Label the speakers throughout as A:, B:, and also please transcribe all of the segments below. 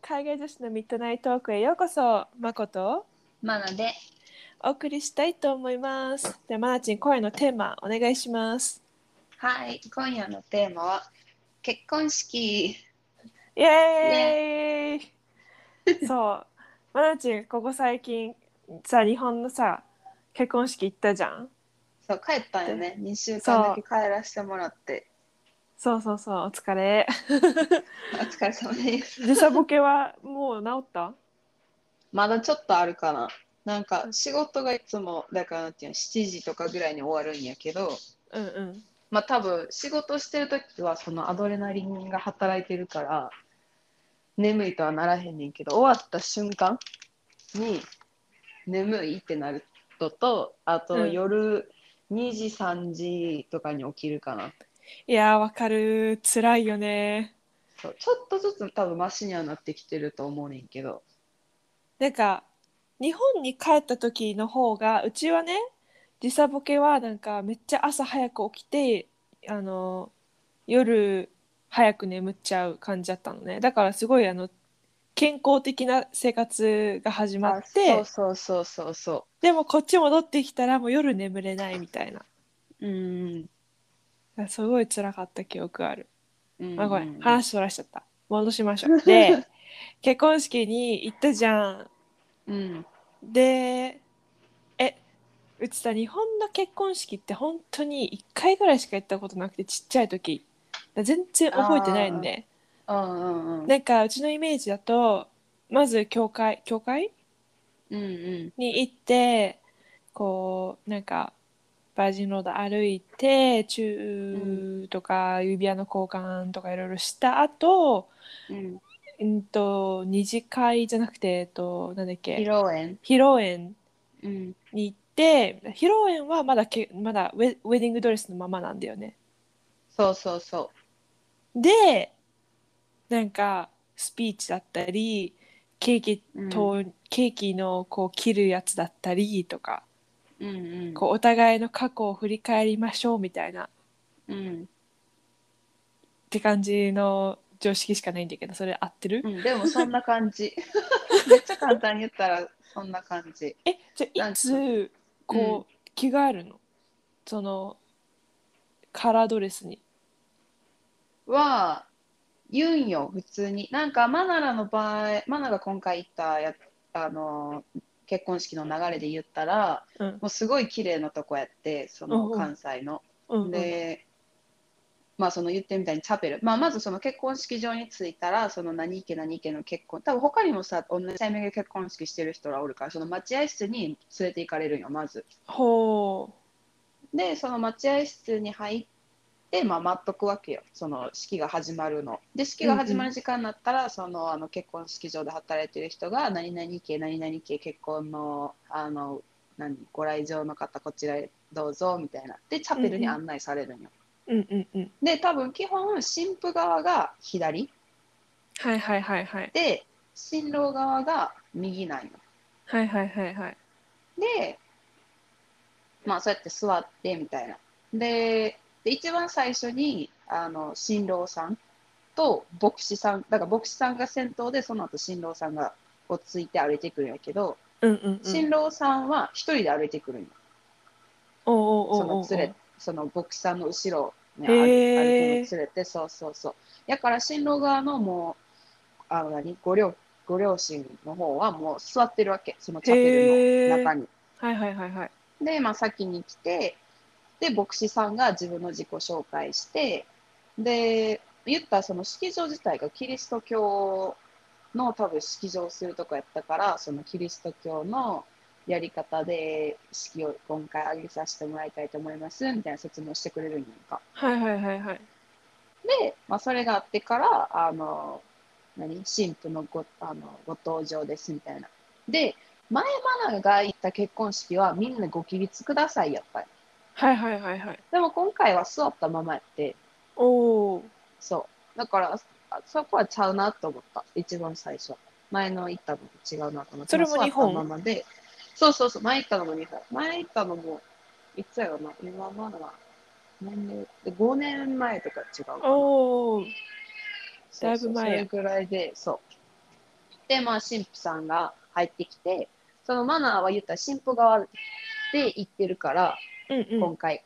A: 海外女子のミッドナイトトークへようこそまこと
B: マナで
A: お送りしたいと思いますではまなちん今夜のテーマお願いします
B: はい今夜のテーマは結婚式
A: イエーイそうまなちんここ最近さ日本のさ結婚式行ったじゃん
B: そう帰ったよね2週間だけ帰らせてもらって
A: そうそうそうお疲れ
B: お疲れ様です
A: 時差ボケはもう治った
B: まだちょっとあるかななんか仕事がいつもだからなんていうの7時とかぐらいに終わるんやけど
A: うんうん
B: まあ多分仕事してる時はそのアドレナリンが働いてるから眠いとはならへんねんけど終わった瞬間に眠いってなるのとあ
A: う
B: と
A: ん
B: 夜2時3時とかに起きるかな、
A: いやーわかる辛いよね
B: そうちょっとずつ多分マシにはなってきてると思うねんけど
A: なんか日本に帰った時の方がうちはね時差ボケはなんかめっちゃ朝早く起きてあの夜早く眠っちゃう感じだったのねだからすごいあの健康的な生活が始まって
B: あそうそうそうそうそ
A: でもこっち戻ってきたらもう夜眠れないみたいなだか
B: ううん
A: らすごい辛かった記憶ある。
B: うん
A: あごめん話そらしちゃった戻しましょう。 で結婚式に行ったじゃん。
B: うん
A: でえうちさ日本の結婚式って本当に1回ぐらいしか行ったことなくてちっちゃい時全然覚えてないんで
B: うんうんうん
A: なんかうちのイメージだとまず教会教会
B: うんうん
A: に行ってこうなんかバージンロード歩いてチューとか指輪の交換とかいろいろした後、
B: うん
A: うんと二次会じゃなくて、えっと、なんだっ
B: 披
A: け
B: 露宴
A: 披露宴
B: うん
A: に行って披露宴はまだけまだウェウェディングドレスのままなんだよね。
B: そうそうそ
A: でなんかスピーチだったりケーキ
B: う。うん
A: と、ケーキのこう切るやつだったりとか
B: うんうん、
A: こうお互いの過去を振り返りましょうみたいなっ
B: う、うん
A: て感じの常識しかないんだけどそれ合ってる、
B: うん、でもそんな感 じ。めっちゃ簡単に言ったらそんな感じ。
A: えじゃあいつこう、着替えるのそのカラードレスに。
B: は言うんよ普通に。なんかマナラの場合マナが今回行ったやあの結婚式の流れで言ったら
A: うん
B: もうすごい綺麗なとこやってそ
A: うん
B: の
A: うん
B: 関西の。
A: うんうん
B: でまあその言ってみたいにチャペル、まあ、まずその結婚式場に着いたらその何家何家の結婚多分他にもさ同じタイミングで結婚式してる人がおるからその待合室に連れて行かれるんよまず。
A: ほ
B: でその待合室に入って、まあ、待っとくわけよその式が始まるの。で式が始まる時間になったら、そのあの結婚式場で働いてる人が「何々家何々家結婚のあの何ご来場の方こちらへどうぞ」みたいなでチャペルに案内されるんよ。
A: う。うんうんうん。
B: で多分基本新婦側が左
A: はいはいはいはい。
B: で新郎側が右なんよ。
A: はいはいはいはい。
B: でまあそうやって座ってみたいな。でで一番最初にあの新郎さんと牧師さんだから牧師さんが先頭でその後新郎さんがをついて歩いてくるんやけど、
A: うんうん、うん。
B: 新郎さんは一人で歩いてくるんよ
A: おうおうおう
B: そ
A: おう
B: の連れその牧師さんの後ろを、ね、
A: へー
B: 歩歩くの連れてそうそうそうだから新郎側のもうあの何ご両ご両親の方はもう座ってるわけそのチャペルの中に。
A: はいはいはいはい。
B: で、まあ、先に来てで牧師さんが自分の自己紹介してで言ったらその式場自体がキリスト教の多分式場をするとこやったからそのキリスト教のやり方で式を今回挙げさせてもらいたいと思いますみたいな説明をしてくれるんやんか。
A: はいはいはいはい。
B: で、まあ、それがあってから、あの、何新婦のごあのご登場ですみたいな。で、前マナが行った結婚式はみんなご起立くださいやっぱり。
A: はいはいはいはい。
B: でも今回は座ったままやって、
A: おお。
B: そう。だから、あそこはちゃうなと思った。一番最初。前の行ったのと違うなと思って。
A: それも日本
B: 座ったままで。そうそうそう、前行ったのも日本。前行ったのも、いつやろな、今まだ年齢で5年前とか違うかな。
A: おお。
B: そう
A: だいぶ
B: そう
A: 前や
B: それぐらいで、そで、まあ、神父さんが入ってきて、そのマナーは言ったら神父側で行ってるから、
A: うんうん
B: 今回。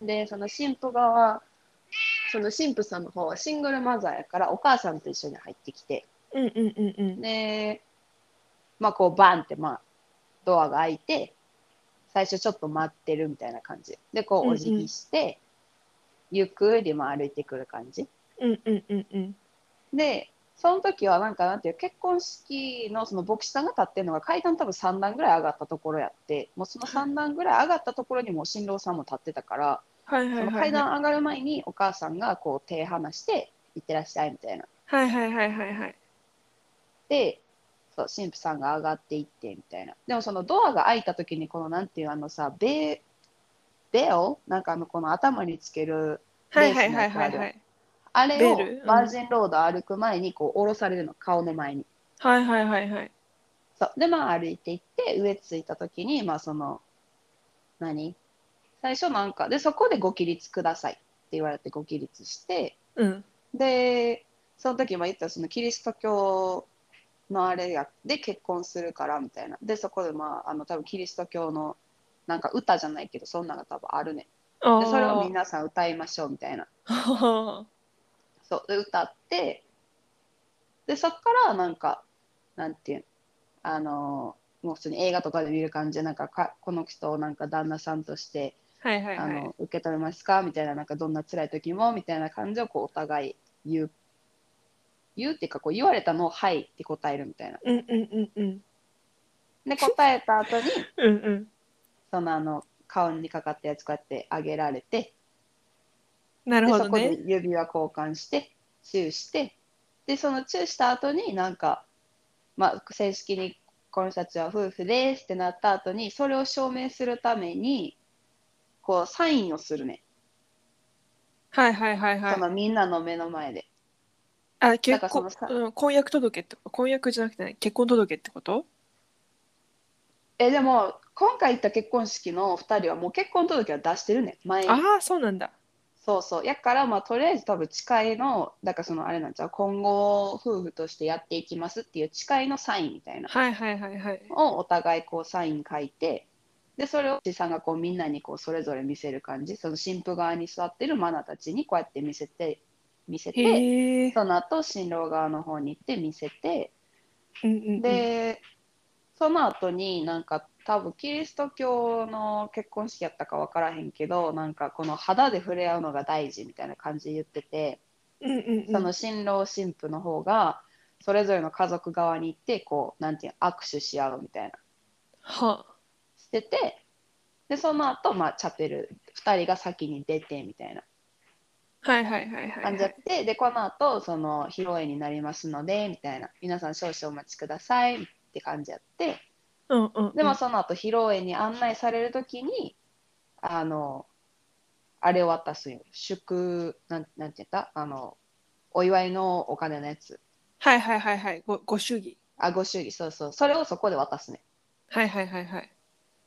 B: で、その神父側、その神父さんの方はシングルマザーやから、お母さんと一緒に入ってきて、
A: うんうんうんうん
B: で、まあ、こう、バンって、まあ、ドアが開いて、最初ちょっと待ってるみたいな感じ。で、
A: う
B: こ
A: ん
B: う、
A: うん
B: お辞儀して、ゆっくり、まあ、歩いてくる感じ。
A: うんうんうんうん
B: で、その時は、なんか、なんていう、結婚式の、その、牧師さんが立ってるのが、階段多分3段ぐらい上がったところやって、もうその3段ぐらい上がったところにもう新郎さんも立ってたから、
A: はいはいは
B: そ
A: いは
B: の
A: い
B: 階段上がる前にお母さんがこう手離して「行ってらっしゃい」みたいな。
A: はいはいはいはいはい
B: でそう神父さんが上がっていってみたいな。でもそのドアが開いた時にこのなんていうあのさベベオなんかあのこの頭につける
A: はいはいはいはいはい
B: あれを
A: ベルうん
B: バージンロード歩く前にこう下ろされるの顔の前に。
A: はいはいはいはい
B: そうでまあ歩いていって上着いた時にまあその何最初なんかでそこでご起立くださいって言われてご起立して。
A: うん
B: でその時も言ったそのキリスト教のあれやで結婚するからみたいなでそこでまああの多分キリスト教のなんか歌じゃないけどそんなのが多分あるね
A: あ
B: でそれ を
A: ー
B: 皆さん歌いましょうみたいなそうで歌ってでそっからなんかなんていうんあのもう普通に映画とかで見る感じでなんかかこの人をなんか旦那さんとして
A: はいはい
B: あ
A: はい
B: の受け止めますかみたいななんかどんな辛い時もみたいな感じをこうお互い言う言うっていうかこう言われたのを「はい」って答えるみたいな。
A: うんうんうんうん
B: で答えた後に
A: うんうん
B: そのあの顔にかかったやつこうやってあげられて
A: なる
B: で
A: ほ
B: そ
A: ど
B: こで
A: ね
B: 指輪交換してチューしてでそのチューした後になんか、まあ、正式にこの人たちは夫婦ですってなった後にそれを証明するためにこうサインをするね、
A: はいはいはいはい
B: そのみんなの目の前で。
A: あ
B: なん
A: 結
B: かそ
A: 婚
B: のさ
A: うん婚約届って婚約じゃなくてね結婚届ってこと
B: えでも今回行った結婚式の2人はもう結婚届は出してるね前に
A: ああそうなんだ
B: そうそうやからまあとりあえず多分誓いのだからそのあれなんちゃう今後夫婦としてやっていきますっていう誓いのサインみたいな
A: はいはいはいはい
B: をお互いこうサイン書いてでそれをおじさんがこうみんなにこうそれぞれ見せる感じその新婦側に座ってるマナたちにこうやって見せて見せて
A: へえ
B: その後新郎側の方に行って見せて
A: うんうんうん
B: で、その後になんか多分キリスト教の結婚式やったか分からへんけどなんかこの肌で触れ合うのが大事みたいな感じで言ってて、
A: うんうんうん
B: その新郎新婦の方がそれぞれの家族側に行ってこうなんていうの握手し合うみたいな
A: は
B: しててでその後、まあチャペル2人が先に出てみたいな
A: はいはいはいはい
B: 感じやってでこの後その披露宴になりますのでみたいな皆さん少々お待ちくださいって感じやって。
A: うんうんうん
B: でもその後披露宴に案内されるときにあのあれを渡すんよ祝なんなんて言ったあのお祝いのお金のやつ
A: はいはいはいはいごご祝儀
B: あご祝儀そうそうそれをそこで渡すね
A: はいはいはいはい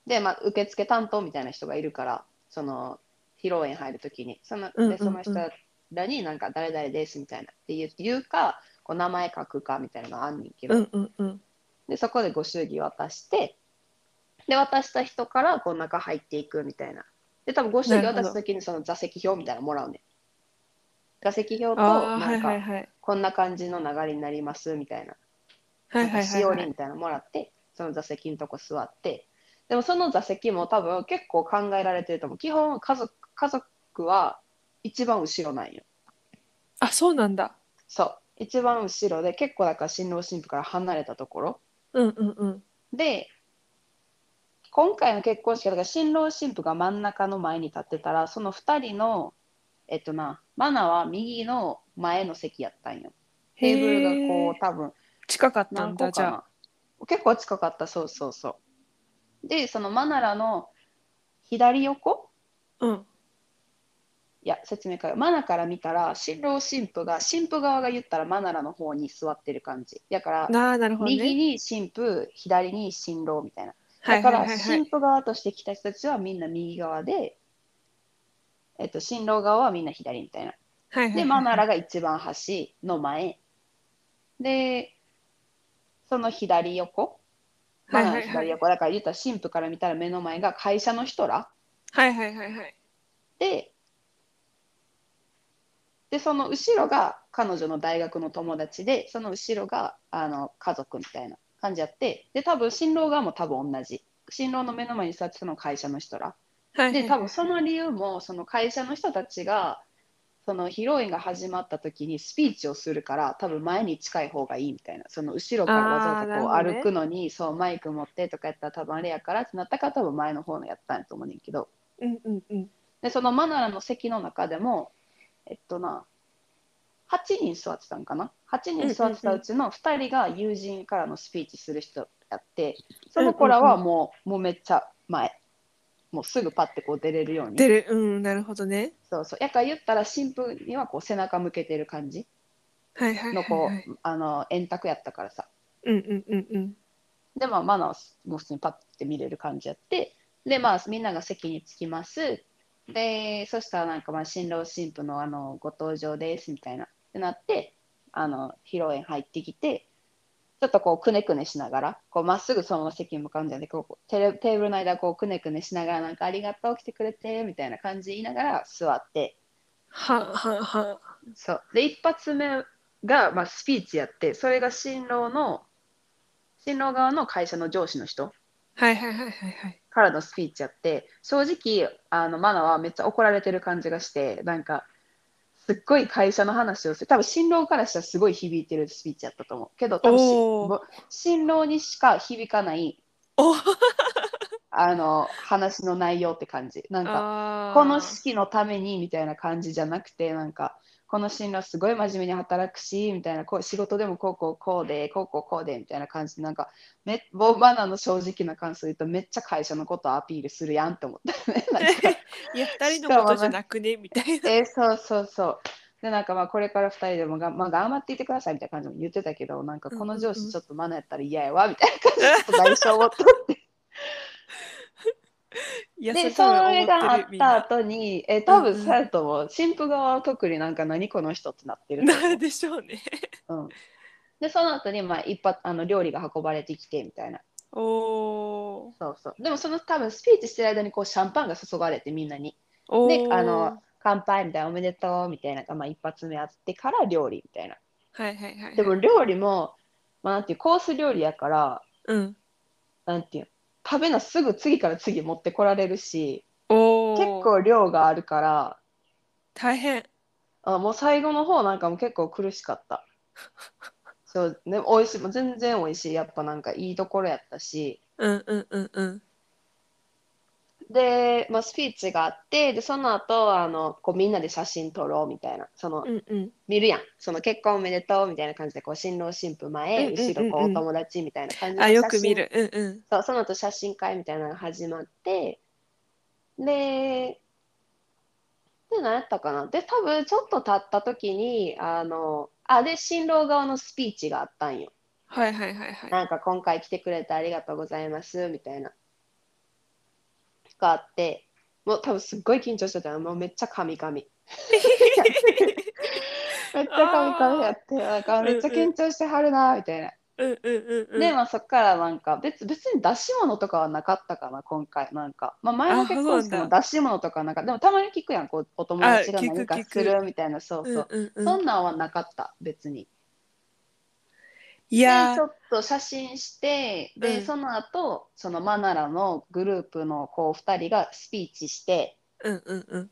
B: で、まあ、受付担当みたいな人がいるからその披露宴入るときにその
A: うんうんう
B: で
A: ん
B: その人らになんか誰々ですみたいなって言う言うかこう名前書くかみたいなのがあんねんけど、
A: うんうんうん
B: でそこでご祝儀渡してで渡した人からこう中入っていくみたいなで多分ご祝儀
A: なるほ
B: 渡
A: ど
B: す時にその座席表みたいなのもらうね座席表と
A: ああーは
B: ないん
A: はい
B: か
A: はい
B: こんな感じの流れになりますみたいな
A: はい
B: なん
A: はい
B: か
A: は
B: し
A: い
B: お
A: は
B: り
A: い
B: みたいなのもらってその座席のとこ座ってでもその座席も多分結構考えられてると思う基本家族家族は一番後ろなんよ
A: あそうなんだ
B: そう一番後ろで結構だから新郎新婦から離れたところ
A: うんうんうん
B: で今回の結婚式はだから新郎新婦が真ん中の前に立ってたらその2人のえっとなマナは右の前の席やったんよテーブルがこ
A: へ
B: う多分
A: ー近かったん
B: 何
A: だ
B: 個
A: じ
B: か
A: ゃ
B: な結構近かったそうそうそうでそのマナラの左横
A: あうん
B: いや説明会マナから見たら新郎新婦が新婦側が言ったらマナラの方に座ってる感じだから
A: なあなるほど
B: 右
A: ね
B: に新婦左に新郎みたいな
A: は
B: だ
A: い
B: か
A: はいは
B: ら、
A: いは
B: 新
A: い
B: 婦側として来た人たちはみんな右側で、えっと、新郎側はみんな左みたいな。
A: はいはい
B: で、マナラが一番端の前。で、その左横、
A: はい
B: バ
A: は
B: ナナ
A: い
B: の
A: は
B: 左
A: い。
B: 横だから言ったら神父から見たら目の前が会社の人ら
A: はいはいはいはい。
B: ででその後ろが彼女の大学の友達でその後ろがあの家族みたいな感じやってで多分新郎側も多分同じ新郎の目の前に座ってたのが会社の人ら
A: はい
B: で多分その理由もその会社の人たちがその披露宴が始まった時にスピーチをするから多分前に近い方がいいみたいなその後ろからわざわざこ
A: あーなるほどね
B: う歩くのに、そうマイク持ってとかやったら多分あれやからってなったから多分前の方のやったんやと思うねんけど
A: うんうんうん。
B: でそのマナラの席の中でもえっとな8人座ってたんかな8人座ってたうちの2人が友人からのスピーチする人やってその子らはもう,、もうめっちゃ前もうすぐパッてこう出れるように
A: 出る。うん、なるほどね。
B: そうそう。やから言ったら新婦にはこう背中向けてる感じ
A: はいはいはい、
B: のこ
A: はい。
B: うあの円卓やったからさ。
A: うんうんうんうん。
B: でまあマナーも普通にパッて見れる感じやってでまあみんなが席に着きます。でそしたらなんかまあ新郎新婦のあのご登場ですみたいなってなってあの披露宴入ってきてちょっとこうくねくねしながらこうまっすぐそのまま席に向かうんじゃなくてこうテレテーブルの間こうくねくねしながらなんかありがとう来てくれてみたいな感じ言いながら座って
A: はあ、はあはあ。
B: そうで一発目が、まあ、スピーチやってそれが新郎の新郎側の会社の上司の人
A: はいはいはいはいはい。
B: からのスピーチやって正直あのマナはめっちゃ怒られてる感じがしてなんかすっごい会社の話をする多分新郎からしたらすごい響いてるスピーチやったと思うけど多分し
A: おー
B: ぼ新郎にしか響かない
A: お
B: あの話の内容って感じなんか
A: あー
B: この式のためにみたいな感じじゃなくてなんかこの進路すごい真面目に働くしみたいなこう仕事でもこうこうこうでこうこうこうでみたいな感じでなんかめボーバナの正直な感想言うとめっちゃ会社のことアピールするやんって 思ったねなんか
A: いや、二人のことじゃなくね、みたいな。
B: えーそうそうそうでなんかまあこれから2人でもが、まあ、頑張っていってくださいみたいな感じも言ってたけどなんかこの上
A: うんうんう
B: 司
A: ん
B: ちょっとマナやったら嫌やわみたいな感じでちょっと代償 を取って
A: いや、
B: で、
A: う
B: そ
A: は
B: れがあ
A: 思
B: って
A: るみん
B: た
A: な
B: 後に、え、
A: う
B: 多
A: んう
B: 分
A: ん
B: そうやと思う。新婦側は特になんか何この人ってなってると
A: なるでしょうね。
B: 思う。うん。で、その後に、まあ、一発、あの、料理が運ばれてきて、みたいな。
A: おお。
B: そうそう。でも、その多分スピーチしてる間に、こう、シャンパンが注がれて、みんなに。
A: お
B: で
A: ー、
B: あの、乾杯みたいな、おめでとう、みたいな、まあ、一発目あってから料理みたいな。
A: はいはいはい。
B: でも、、料理も、まあ、なんていう、コース料理やから、
A: うん。
B: なんていう、食べなすぐ次から次持ってこられるし、
A: おお。
B: 結構量があるから、
A: 大変。
B: あもう最後の方なんかも結構苦しかった。そうでも美味しいもう全然美味しいやっぱなんかいいところやったし
A: うんうんうんうん。
B: で、まあ、スピーチがあってでその後あのこうみんなで写真撮ろうみたいなその、
A: うんうん。
B: 見るやんその結婚おめでとうみたいな感じでこう新郎新婦前、
A: うんうんうんうん
B: 後ろこうお友達みたいな感じで
A: あ、よ
B: 写
A: く
B: 真
A: 見る。うんうん。
B: そうその後写真会みたいなのが始まってでで何やったかなで多分ちょっと経った時にあのあで新郎側のスピーチがあったんよ
A: はいはいはいはい。
B: なんか今回来てくれてありがとうございますみたいながあってもう多分すっごい緊張してたよもうめっちゃカミカミめっちゃカミカミやってなんかめっちゃ緊張してはるなみたいな
A: うんうんうんうん。
B: で、まあ、そこからなんか別別に出し物とかはなかったかな今回なんか、まあ、前の結婚式
A: あそうな
B: も
A: ん
B: 出し物とかはなかったでもたまに聞くやんこうお友達が
A: あ聞く
B: 何か
A: 聞く
B: するみたいなそう
A: う
B: そ
A: ん
B: う、
A: うんうん。
B: そんなんはなかった別に
A: い
B: でち
A: やー
B: ょっと写真してで、
A: うん
B: その後そのマナラのグループのこう2人がスピーチして
A: うんうんうん。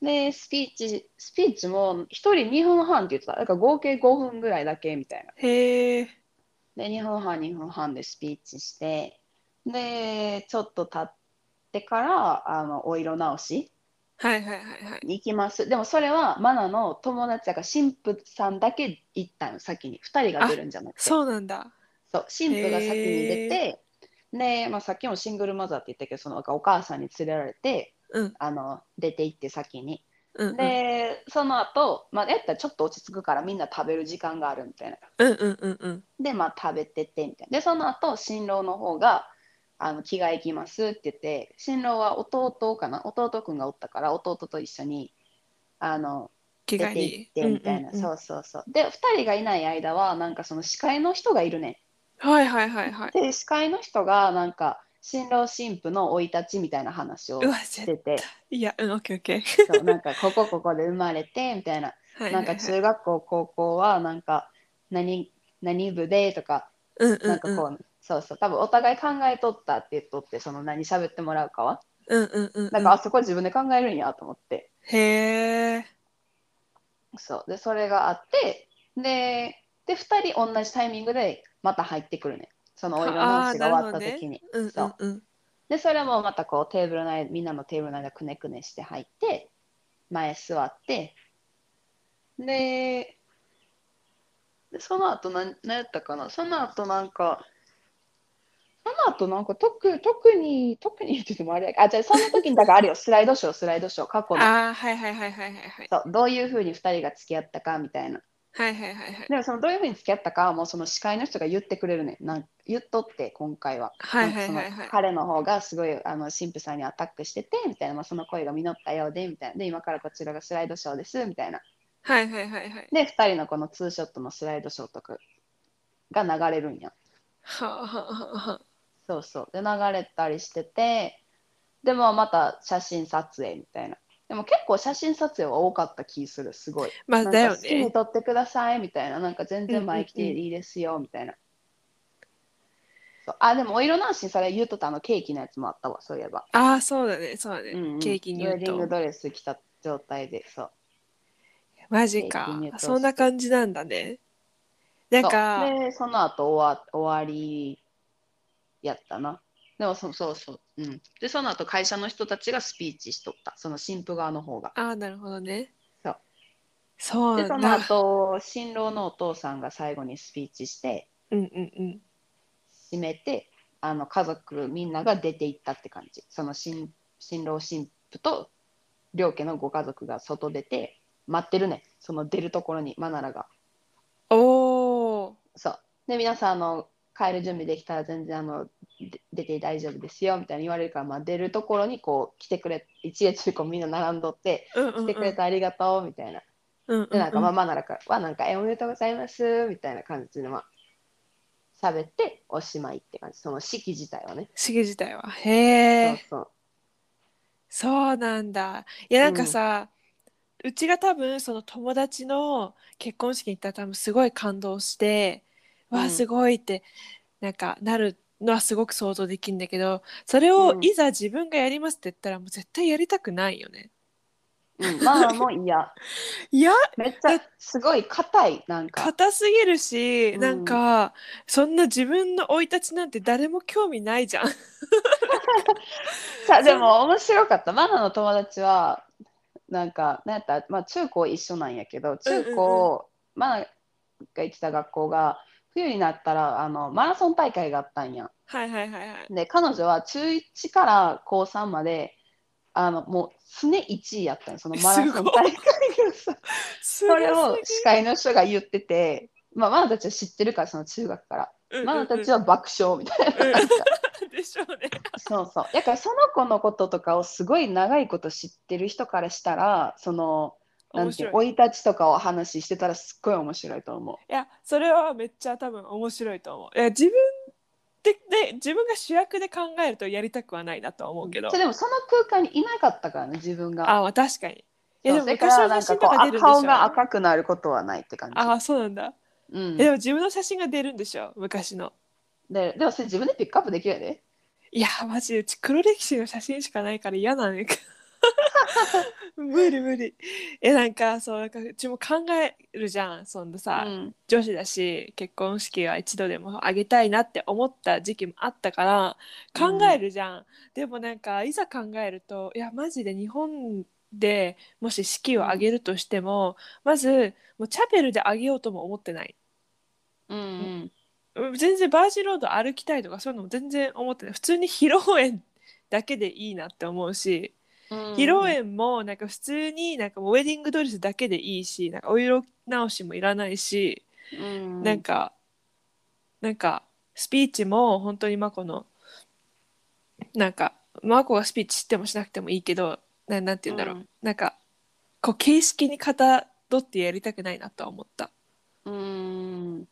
B: でスピーチスピーチも1人2分半って言ってただから合計5分ぐらいだけみたいな。
A: へえ。
B: で、2分半、2分半でスピーチして、で、ちょっと経ってから、あの、お色直し
A: はいはいはいはい。
B: に行きます。でもそれは、マナの友達だから、新婦さんだけ行ったの、先に。2人が出るんじゃなくて。
A: そうなんだ。
B: そう、新婦が先に出て、で、まあ、さっきもシングルマザーって言ったけど、そのお母さんに連れられて、
A: うん
B: あの、出て行って先に。
A: うんうん。
B: で、その後、まあ、やったらちょっと落ち着くから、みんな食べる時間があるみたいな。
A: うんうんうんうん。
B: で、まあ、食べてってみたいな。で、その後、新郎の方が、あの、着替え行きますって言って、新郎は弟かな弟くんがおったから、弟と一緒に、あの、
A: 気
B: 出
A: が
B: て
A: い
B: 行
A: い
B: ってみたいな。
A: うんうんうん
B: そうそうそう。で、2人がいない間は、なんかその司会の人がいるね。
A: はいはいはいはい。
B: で司会の人がなんか新郎新婦の生い立ちみたいな話を
A: うわ、
B: し
A: 絶
B: てて
A: 対。いや、うん、オッケーオッケー。
B: そうなんかここここで生まれてみたいな
A: はい
B: なんか中学校高校はなんか何何部でとか
A: うんうんうん、
B: なんかこう、そうそう多分お互い考えとったって言っとってその何喋ってもらうかは
A: うんうんうんうん。
B: なんかあそこ自分で考えるんやと思って
A: へえ。
B: そうでそれがあってでで2人同じタイミングでまた入ってくるねそのお色直しが終わった時に、
A: うんうんうん。
B: でそれもまたこうテーブルの間みんなのテーブルの間くねくねして入って前座ってででその後なん何やったかなその後なんかその後なんか特特に特に言っててもあれやけどあじゃあその時にだからあるよスライドショースライドショー過去の
A: ああ、はいはいはいはいはいはい。
B: そうどういうふうに2人が付き合ったかみたいな
A: はいはいはいはい。
B: でもそのどういうふうに付き合ったかはもうその司会の人が言ってくれるねなん言っとって今回は
A: はいはいはい
B: そ
A: は
B: の
A: い。
B: 彼の方がすごいあの神父さんにアタックしててみたいな、まあ、その声が実ったようでみたいなで今からこちらがスライドショーですみたいな
A: はいはいはいはい。
B: で2人のこのツーショットのスライドショーとかが流れるんや
A: はあはあはあは
B: そうそうで流れたりしててでもまた写真撮影みたいなでも結構写真撮影は多かった気するすご
A: あ。
B: い
A: まあ
B: なん
A: だ
B: か
A: よ
B: 好きに
A: ね。
B: 撮ってくださいみたいななんか全然前来ていいですよみたいな、そうあでもお色直しそれ言うとったあのケーキのやつもあったわそういえば
A: ああ、そうだね、そうだね。
B: うんうん
A: ケーキニ
B: ウ
A: ュ
B: ェ
A: ー
B: ディング
A: ト。
B: ドレス着た状態でそう
A: マジ
B: ケーキ
A: か
B: ニュー。ト
A: そんな感じなんだね。なんか、
B: そうでその後終わ終わりやったなでもそうそうそう、うん、でその後会社の人たちがスピーチしとったその新婦側の方が
A: ああ、なるほどね。
B: そう。
A: そう
B: で
A: な
B: そ
A: ん
B: の
A: だ。
B: 後新郎のお父さんが最後にスピーチして
A: うんうんうん。
B: 締めてあの家族みんなが出ていったって感じその新新郎新婦と両家のご家族が外出て待ってるねその出るところにマナラが
A: おお。
B: そう。で、皆さん、あの、帰る準備できたら全然、あの、で出て大丈夫ですよ、みたいに言われるから、まあ、出るところに、こう、来てくれ、一列にこう、みんな並んどって、
A: うんうんう
B: 来
A: ん。
B: てくれてありがとう、みたい
A: うん
B: な。
A: うんう
B: で、なんか、まあ、
A: ん。
B: マナラからは、なんか、え、おめでとうございます、みたいな感じで、まあ、喋って、おしまいって感じ。その式自体はね。
A: シゲ自体は。へえ。
B: そう
A: そうなんだ。いやなんかさ、うちが多分その友達の結婚式に行ったら多分すごい感動して、わ
B: うん
A: あすごいってなんかなるのはすごく想像できるんだけど、それを
B: うん
A: いざ自分がやりますって言ったらもう絶対やりたくないよね。
B: そう。うん、マナラも嫌。
A: いや
B: めっちゃ、すごい硬い、なんか。
A: 硬すぎるし、
B: うん
A: なんかそんな自分の生い立ちなんて誰も興味ないじゃん。
B: さあでも面白かったマナの友達はなんかなんやった、まあ、中高一緒なんやけど中高、マナが行ってた学校が冬になったらあのマラソン大会があったんや
A: はいはいはいはい。
B: で彼女は中1から高3まであのもう常1位やったんよそのマラソン大会がさ
A: そ
B: それを司会の人が言ってて、まあ、マナたちは知ってるからその中学からマナたち
A: は。
B: は爆笑みたいな
A: うん
B: なんか
A: でしょうね。
B: そうそう。だからその子のこととかをすごい長いこと知ってる人からしたら、その、なん
A: 面
B: てい
A: 白
B: う
A: い。
B: 生い立ちとかを話してたらすっごい面白いと思
A: いやそれはめっちゃ多分面白いと思ういや自分でで自分が主役で考えるとやりたくはないなとは思うけ
B: う。
A: ど
B: それでもその空間にいなかったからね、自分が。
A: ああ確かにいや
B: そう
A: でも
B: だ
A: 昔
B: か
A: の
B: らな
A: 写
B: んか
A: 真
B: こと
A: か出るんで
B: う
A: しょ
B: 顔が赤くなることはないって感じ。
A: ああそうなんだ、
B: うん、
A: えで
B: で
A: も自分の写真が出るんでしょ昔の
B: でもそれ自分でピックアップできるやで。
A: いやマジうち黒歴史の写真しかないから嫌なんや けど無理無理えなんかそうなんかうちも考えるじゃんそんなさ、
B: うん
A: 女子だし結婚式は一度でもあげたいなって思った時期もあったから考えるじゃん、でもなんかいざ考えるといやマジで日本でもし式をあげるとしても、まずもうチャペルであげようとも思ってない
B: うんうん
A: うん全然バージンロード歩きたいとかそういうのも全然思ってない普通に披露宴だけでいいなって思うし、
B: うん
A: 披露宴もなんか普通になんかウェディングドレスだけでいいしなんかお色直しもいらないし。
B: うん
A: なんか、なんかスピーチも本当にマコのなんかマコがスピーチしてもしなくてもいいけどななんて言うんだろう、
B: うん
A: なんかこう形式にかたどってやりたくないなとは思った
B: うん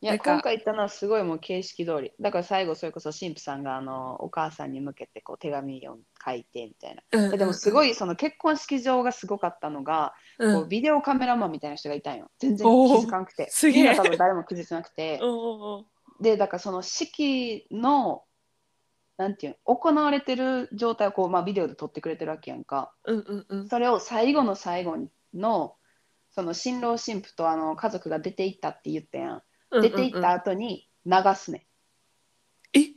B: いや
A: なんか
B: 今回行ったのはすごいもう形式通りだから最後それこそ神父さんがあのお母さんに向けてこう手紙を書いてみたいな
A: うんうんう
B: で
A: ん
B: でもすごいその結婚式場がすごかったのが、
A: うん
B: こうビデオカメラマンみたいな人がいたんよ全然気
A: おー
B: づかなくて
A: すげえ
B: みんな多分誰も気づいてなくて
A: うんうんうん
B: でだからその式のなんていうの行われてる状態をこう、まあ、ビデオで撮ってくれてるわけやんか
A: うんうんうん
B: それを最後の最後のその新郎新婦とあの家族が出て行ったって言ったやん
A: うん
B: 出て行った後に流すね、
A: え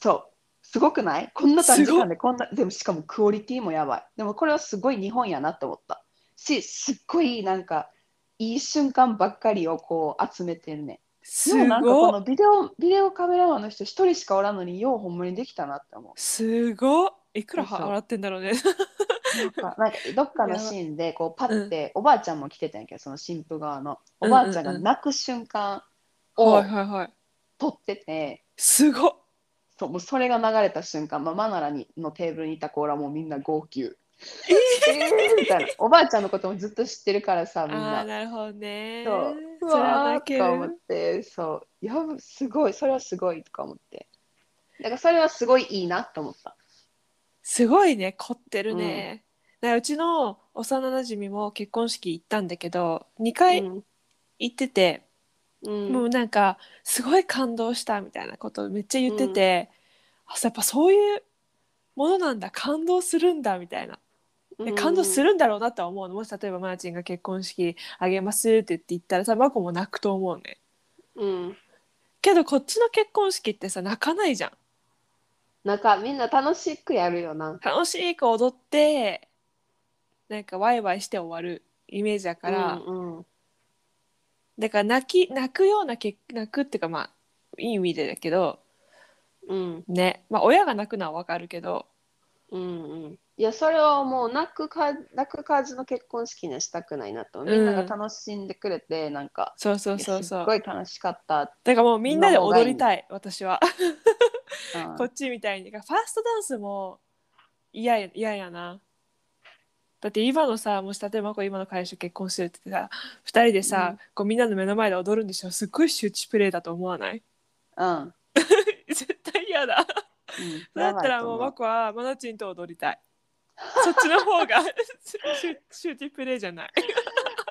B: そうすごくないこんな短時
A: すご
B: 間でこんなでもしかもクオリティもやばいでもこれはすごい日本やなって思ったしすっごいなんかいい瞬間ばっかりをこう集めてんね
A: す
B: でもなんかこ
A: ご
B: のビデオビデオカメラマンの人一人しかおらんのにようほんまにできたなって思う
A: すごいくら払ってんだろうね
B: なん かなんかどっかのシーンでこうパッておばあちゃんも来てたんやけどその新婦側のおばあちゃんが泣く瞬間を
A: はいはいはい
B: 撮ってて、
A: すごっ
B: そうもうそれが流れた瞬間、まあ、マナラにのテーブルにいた子らもうみんな号泣。えーみたいなおばあちゃんのこともずっと知ってるからさみん
A: ああー
B: な。
A: なるほどね
B: そうう
A: それは
B: わ
A: 泣
B: ー
A: け
B: とか思っ
A: る
B: てそうやばすごいそれはすごいとか思ってだからそれはすごいいいなと思った。
A: すごいね凝ってるね、ううちの幼なじみも結婚式行ったんだけど2回
B: うん
A: 行ってて、
B: うん
A: もうなんかすごい感動したみたいなことをめっちゃ言ってて、あやっぱそういうものなんだ感動するんだみたいなで感動するんだろうなとは思うのもし例えばマーチンが結婚式あげますって言って言ったらさマコも泣くと思うね
B: うん
A: けどこっちの結婚式ってさ泣かないじゃん
B: なんかみんな楽しくやるよな。
A: 楽しい子踊ってなんかワイワイして終わるイメージだから、
B: うんうん
A: だから泣き泣くようなけ泣くっていうかまあいい意味でだけど
B: うん
A: ねまあ親が泣くのはわかるけど
B: うんうんいやそれはもう泣くか泣く感じの結婚式にはしたくないなと思うみんなが楽しんでくれて、なんか
A: そうそうそうそ
B: すっ
A: う
B: ごい楽しかった。
A: だからもうみんなで踊りたい私は
B: う ん
A: こっちみたいにだからファーストダンスも嫌や嫌やなだって今のさもし例えばこう今の彼氏と結婚してるってさ2人でさ、
B: うん
A: こうみんなの目の前で踊るんでしょすっごい周知プレイだと思わない
B: うん。うん
A: 絶対嫌だだ
B: や
A: っ
B: ば
A: た
B: い
A: ら
B: と
A: もう
B: 思
A: マコはマナチンと踊りたいそっちの方が シュシューティプレイじゃない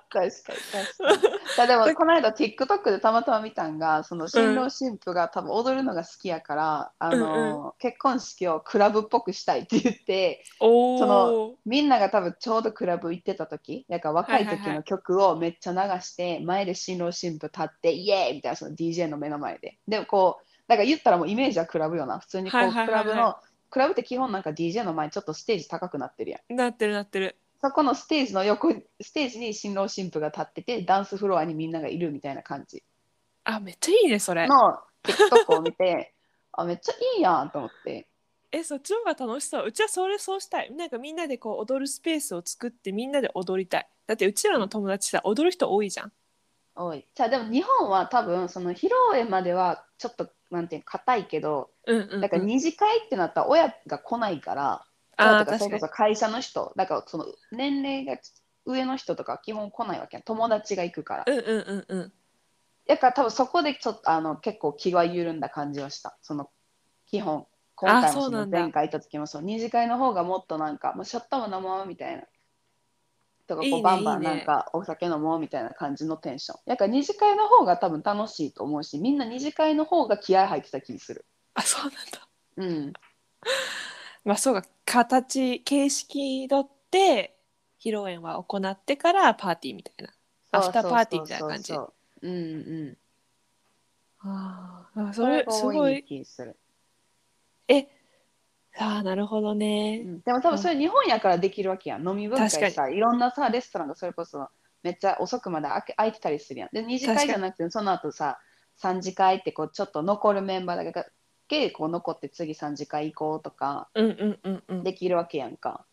B: 確かに確かに。いや でもこの間 TikTok でたまたま見たんがその新郎新婦が多分踊るのが好きやから、あの結婚式をクラブっぽくしたいって言って
A: お
B: そ
A: お
B: みんなが多分ちょうどクラブ行ってた時なんか若い
A: はいはい
B: 時
A: は
B: の
A: い
B: 曲をめっちゃ流して、前で新郎新婦立ってイエーイみたいなその DJ の目の前ででもこうだから言ったらもうイメージはクラブよな普通にこう、
A: はいはいはいはい
B: クラブのクラブって基本なんか DJ の前ちょっとステージ高くなってるやん
A: なってるなってる
B: そこのステージの横ステージに新郎新婦が立っててダンスフロアにみんながいるみたいな感じ
A: あめっちゃいいねそれ
B: の TikTok を見て あめっちゃいいやんと思って
A: えそっちの方が楽しそううちはそれそうしたいなんかみんなでこう踊るスペースを作ってみんなで踊りたいだってうちらの友達さ踊る人多いじゃん
B: おいじゃあでも日本は多分その披露宴まではちょっとなんていうの硬いけど
A: うんうん、うん、
B: だから二次会ってなったら親が来ないから、
A: あ
B: だ
A: ー
B: からそ
A: 確
B: れ
A: か
B: こ
A: に
B: そ会社の人だからその年齢が上の人とかは基本来ないわけやん友達が行くから
A: うんうんうんうん
B: だから多分そこでちょっとあの結構気が緩んだ感じはしたその基本今回も
A: そ
B: そう
A: な
B: の
A: んだ
B: 前回行った時もそう二次会の方がもっとなんかもうシャッターも飲もうみたいなとかこう
A: いいね
B: バンバ
A: い
B: ン
A: いね
B: なんかお酒飲もうみたいな感じのテンションだから二次会の方が多分楽しいと思うしみんな二次会の方が気合入ってた気する
A: あそうなんだ
B: うん
A: まあそうか形形式取って披露宴は行ってからパーティーみたいなアフターパーティーみたいな感じ
B: そうそうそうそううんうん
A: あーあ
B: そ
A: そ
B: れ
A: れ
B: が
A: す
B: 多
A: ご
B: い
A: い
B: 気する、
A: えああなるほどね、
B: うんでも多分それ日本やからできるわけやん飲み文化やし
A: 確
B: さいろんなさレストランがそれこそめっちゃ遅くまで開け開いてたりするやんで2次
A: 確か
B: 会
A: に
B: じゃなくてその後さ3次会ってこうちょっと残るメンバーだけこう残って次3次会行こうとか
A: うんうんうんうん
B: できるわけやんか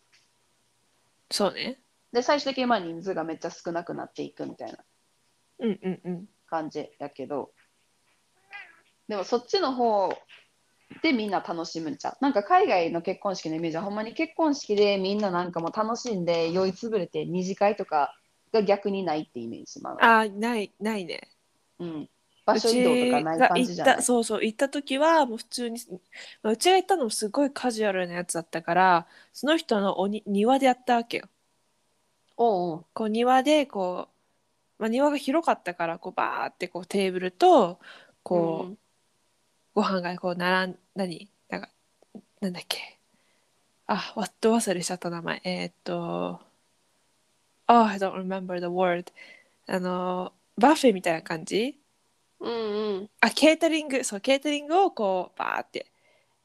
A: そうね
B: で最終的にまあ人数がめっちゃ少なくなっていくみたいな
A: うんうんうん
B: 感じやけどでもそっちの方でみんな楽しむんちゃうなんか海外の結婚式のイメージはほんまに結婚式でみんななんかもう楽しんで酔いつぶれて二次会とかが逆にないってイメージまだ、
A: ああないないね
B: うん、場所移動とかない感じじゃ
A: うちが行っ
B: な
A: た
B: い
A: そうそう行った時はもう普通にまあうちが行ったのもすごいカジュアルなやつだったからその人のおに庭でやったわけよ
B: おうおう
A: こう庭でこう、まあ、庭が広かったからこうバーってこうテーブルとこう、
B: うん
A: ご飯がこう並ん何なんかなんだっけあわっと忘れしちゃった名前えーっと Oh, I don't remember the word あのバッフェみたいな感じ
B: うん
A: あケータリングそうケータリングをこうバーって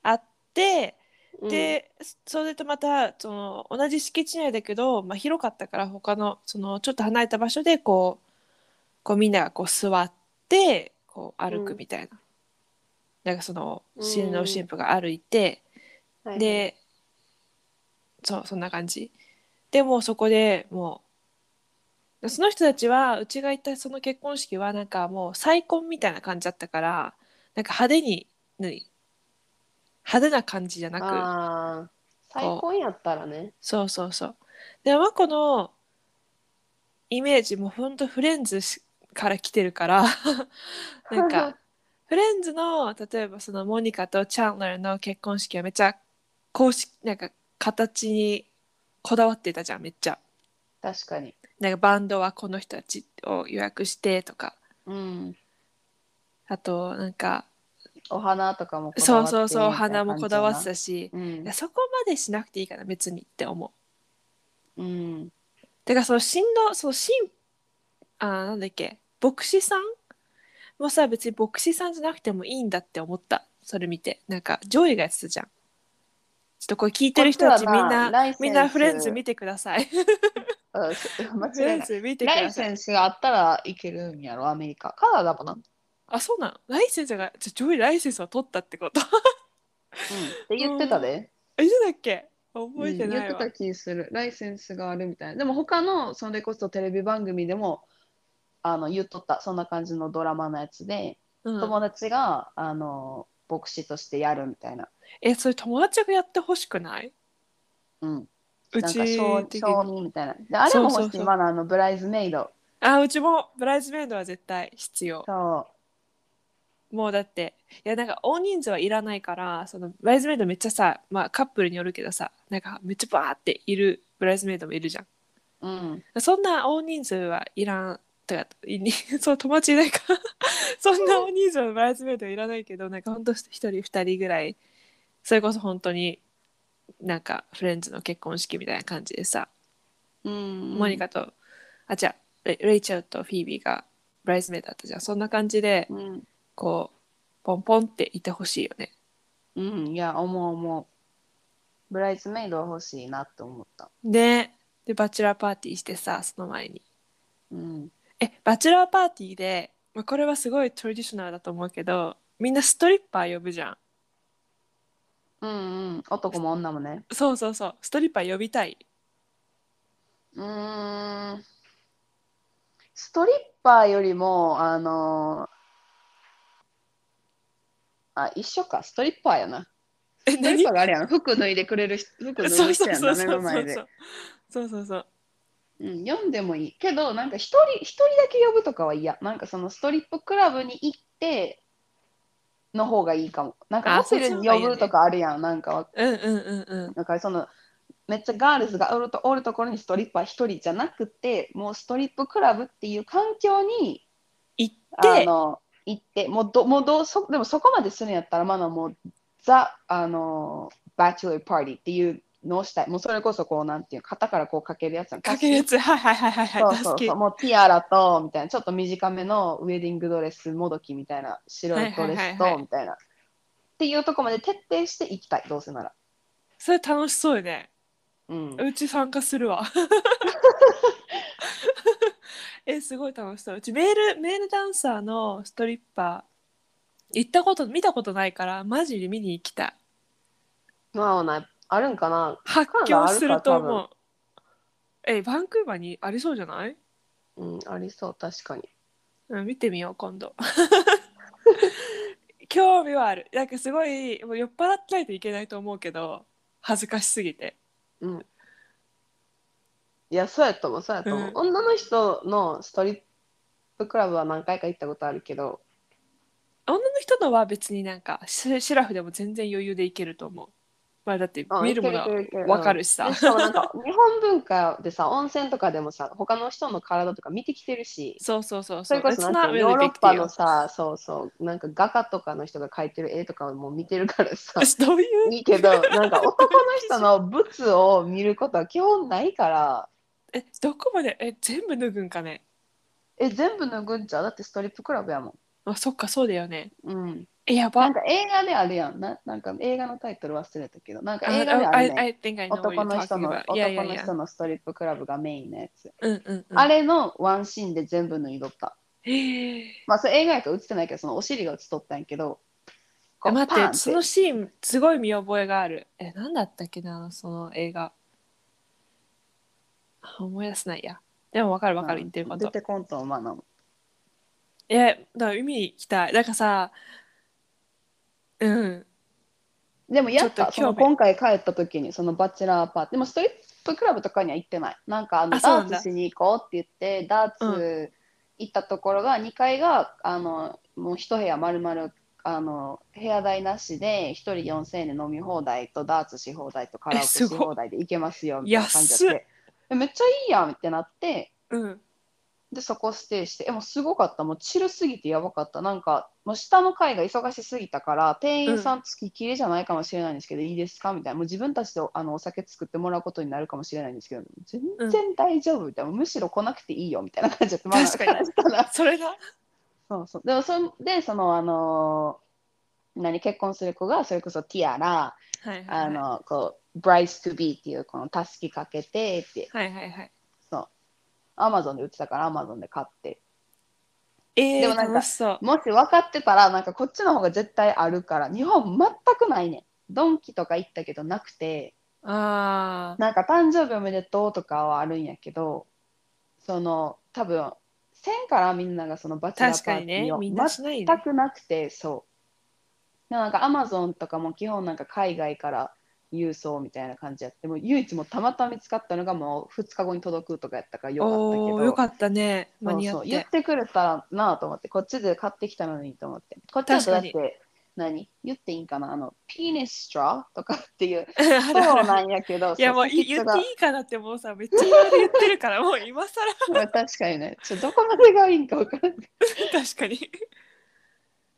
A: あって、
B: うん、
A: でそれとまたその同じ敷地内だけど、まあ、広かったから他のそのちょっと離れた場所でこうこうみんながこう座ってこう歩くみたいな、なんかその
B: うん
A: 新郎新婦が歩いて、
B: うん、はいはい、
A: でそうそんな感じでもうそこでもうその人たちはうちが行ったその結婚式はなんかもう再婚みたいな感じだったからなんか派手に何派手な感じじゃなく
B: ああ最高やったらね
A: そうそうそう。で、マコのイメージもほんとフレンズしから来てる から、なんか、フレンズの、例えばそのモニカとチャンネルの結婚式はめっちゃ公式、なんか形にこだわってたじゃん、めっちゃ。
B: 確かに
A: なんかバンドはこの人たちを予約してとか、
B: うん
A: あとなんか、
B: お花とかもこだ
A: そ
B: わっ
A: う
B: て
A: そうそう、お
B: みたいな
A: 花もこだわって
B: 感
A: たし、
B: じや
A: い
B: な
A: やそこまでしなくていいかな、別にって思う。
B: うん、うん、
A: だからその新郎その新あーなんだっけ牧師さんもさ別に牧師さんじゃなくてもいいんだって思ったそれ見てなんかジョイがやってたじゃんちょっとこれ聞いてる人たち
B: こ
A: み
B: っ
A: ん
B: ちは
A: な
B: ライセンス
A: みんなフレンズ見てください
B: うんす 間
A: フレ
B: 違い
A: ン
B: ない
A: ズ見てく
B: ラ
A: だ
B: イ
A: さ
B: セ
A: い
B: ンスがあったらいけるんやろアメリカカナダもな、うん、っ
A: あそうなのライセンスがじゃあジョイライセンスを取ったってこと
B: て言ってたで、
A: えいつだっけ
B: うん
A: 覚えて
B: 言っ
A: ない
B: て
A: わ、
B: た気するライセンスがあるみたいなでも他のそれこそテレビ番組でもあの言っとったそんな感じのドラマのやつで、
A: うん
B: 友達があの牧師としてやるみたいな、
A: えそれ友達がやってほしくない
B: うん、
A: う
B: なん
A: ち
B: か証
A: 的に
B: 証人みたいなであれも欲しい
A: そうそうそう
B: 今のあのブライズメイド
A: あうちもブライズメイドは絶対必要
B: そう
A: もうだっていやなんか大人数はいらないからそのブライズメイドめっちゃさ、まあ、カップルによるけどさなんかめっちゃバーっているブライズメイドもいるじゃ
B: うん、
A: んそんな大人数はいらんとかいに そう友達いないから そんな大人数のブライズメイドはいらないけどなんかほんと一人二人ぐらいそれこそ本当になんかフレンズの結婚式みたいな感じでさ、
B: うん、
A: モニカとあじゃレレイチェルとフィービーがブライズメイドだったじゃんそんな感じで
B: うん、
A: こうポンポンっていてほしいよね
B: うん、いや思う思うブライズメイドは欲しいなって思った、
A: ねでバチェラーパーティーしてさその前に
B: うん、
A: えバチェラーパーティーで、まあ、これはすごいトラディショナルだと思うけどみんなストリッパー呼ぶじゃん
B: うんうん男も女もね
A: そうそうそうストリッパー呼びたいう
B: ーんストリッパーよりもあのーあ一緒かストリッパーやな
A: え
B: ストリッパーがあれやな服脱いでくれる人服脱
A: そう
B: ぐ
A: そ
B: 人
A: う
B: やん
A: そう
B: な
A: そうそ
B: 目の
A: う
B: 前で
A: そうそうそう
B: うん、読んでもいいけどなんか一人一人だけ呼ぶとかは嫌なんかそのストリップクラブに行っての方がいいかもなんか
A: あ
B: ホテルに呼ぶとかあるやんなんかわ
A: うんうんうんうん
B: なんかそのめっちゃガールズがおるとおるところにストリッパー一人じゃなくてもうストリップクラブっていう環境に
A: 行っ
B: あ
A: て
B: の行ってもうどもうどうそでもそこまでするんやったらまだもうザあのバチュラーパーティーっていうのをしたいもうそれこそこうなんていう肩からこうかけるやつやん
A: かけるやつはいはいはいはい
B: そ
A: は
B: う
A: い
B: そう
A: 助
B: そ
A: け
B: う、もうティアラと、みたいな、ちょっと短めのウェディングドレス、もどきみたいな、白いドレ
A: はいはい
B: ス
A: はいは
B: と、
A: い
B: みたいな。っていうとこまで徹底していきたい、どうせなら。
A: それ楽しそうよね
B: うん。
A: うち参加するわ えすごい楽しそううちメールメールダンサーのストリッパー行ったこと見たことないからマジで見に行きたい
B: まあ、ないあるんかな。
A: 発狂すると思うえバンクーバーにありそうじゃない、
B: うん、ありそう、確かに。
A: うん、見てみよう今度 興味はあるなんかすごいもう酔っ払ってないといけないと思うけど恥ずかしすぎて
B: うん。いや、そうやと思う、そうやと思う。
A: うん
B: 女の人のストリップクラブは何回か行ったことあるけど、
A: 女の人のは別になんかシシラフでも全然余裕でいけると思う。まあだって
B: うん
A: 見るもの
B: いけ
A: は
B: るいけるいけ
A: わかるしさ
B: で。しかもなんか日本文化でさ温泉とかでもさ他の人の体とか見てきてるし
A: そうそうそう
B: それこ
A: It's
B: そなん
A: not
B: ていうの
A: really
B: ヨーロ
A: big
B: ッパのさそうそうなんか画家とかの人が描いてる絵とかも見てるから さ
A: deal どういう
B: いいけどなんか男の人の物を見ることは基本ないから
A: えどこまでえ全部脱ぐんかね
B: え全部脱ぐんちゃうだってストリップクラブやもん。
A: あそっかそうだよね。
B: うん、
A: えや
B: な
A: ば
B: ん。か映画であるやんななんか映画のタイトル忘れたけどなんか
A: あ
B: 映画であ
A: I,
B: るね
A: I think I know what you're
B: 男の人
A: talking
B: の
A: about. いやいや
B: 男
A: い
B: の
A: や
B: 人。のストリップクラブがメインのやつ、
A: うんうんうん。
B: あれのワンシーンで全部脱いどった
A: へえ。
B: まあそれ映画やから映ってないけどそのお尻が映っとったんやけどこう
A: 待
B: パ
A: っ
B: ン
A: てそのシーンすごい見覚えがあるえ何だったっけなその映画あ思い出せないやでも分かる分かる言ってるこ
B: 出
A: と
B: てこんと思うな
A: えだから海行きたいなんかさうん
B: でも
A: ち
B: やっ
A: ょっと
B: たその
A: 興味
B: 今回帰った時にそのバチェラーパーティーでもストリップクラブとかには行ってないなんかあの
A: あそうな
B: ダ
A: ん
B: ー
A: だ
B: ツしに行こうって言ってダーツ行ったところが2階があのもう一部屋丸々あの部屋代なしで1人4000円で飲み放題とダーツし放題とカラオケし放題で行けますよみたいな感じだってえめっちゃいいやんってなって
A: うん
B: でそこステイしてえもうすごかったもうチルすぎてやばかったなんかもう下の階が忙しすぎたから店員さんつきっきりじゃないかもしれないんですけど、いいですかみたいなもう自分たちであのお酒作ってもらうことになるかもしれないんですけど全然大丈夫みたいな、むしろ来なくていいよみたいな 感じだった、まあ
A: 確かに
B: ただ
A: それが
B: そうそうでもそんでそのあのー何結婚する子がそれこそティアラ
A: はいはい
B: あ
A: はい
B: のこうブライス・トゥ・ビーっていうこのたすきかけてって
A: はいはいはい
B: そうアマゾンで売ってたからアマゾンで買って
A: え
B: で
A: ー、
B: もなんか
A: 楽しそう
B: もし分かってたらなんかこっちの方が絶対あるから日本全くないねんドンキとか行ったけどなくて
A: あー
B: なんか誕生日おめでとうとかはあるんやけどその多分せんからみんながそのバチェラー
A: 確
B: パ
A: か
B: ー
A: に
B: ティ
A: ね
B: ーを
A: みんなしないね
B: 全くなくてそうでもなんかアマゾンとかも基本なんか海外から郵送みたいな感じやってもう唯一もうたまたま見つかったのがもう2日後に届くとかやったからよかったけ
A: お
B: ど
A: ーよかったね間
B: そう
A: に合
B: そ
A: っ
B: う言っててくれたらなあと思ってこっちで買ってきたのにと思ってこっちだとだっ
A: 確か
B: て何言っていいんかなあのピーネスストラーとかって いう
A: あ
B: そう
A: るある
B: なんやけど
A: いやも
B: そうう
A: い
B: 先
A: 言
B: っ
A: っ
B: ちょが
A: ていいかなってもうさめっちゃいろいろ言ってるからもう今更
B: まあ 確かにねちょどこまでがいいんか分からんない
A: 確かに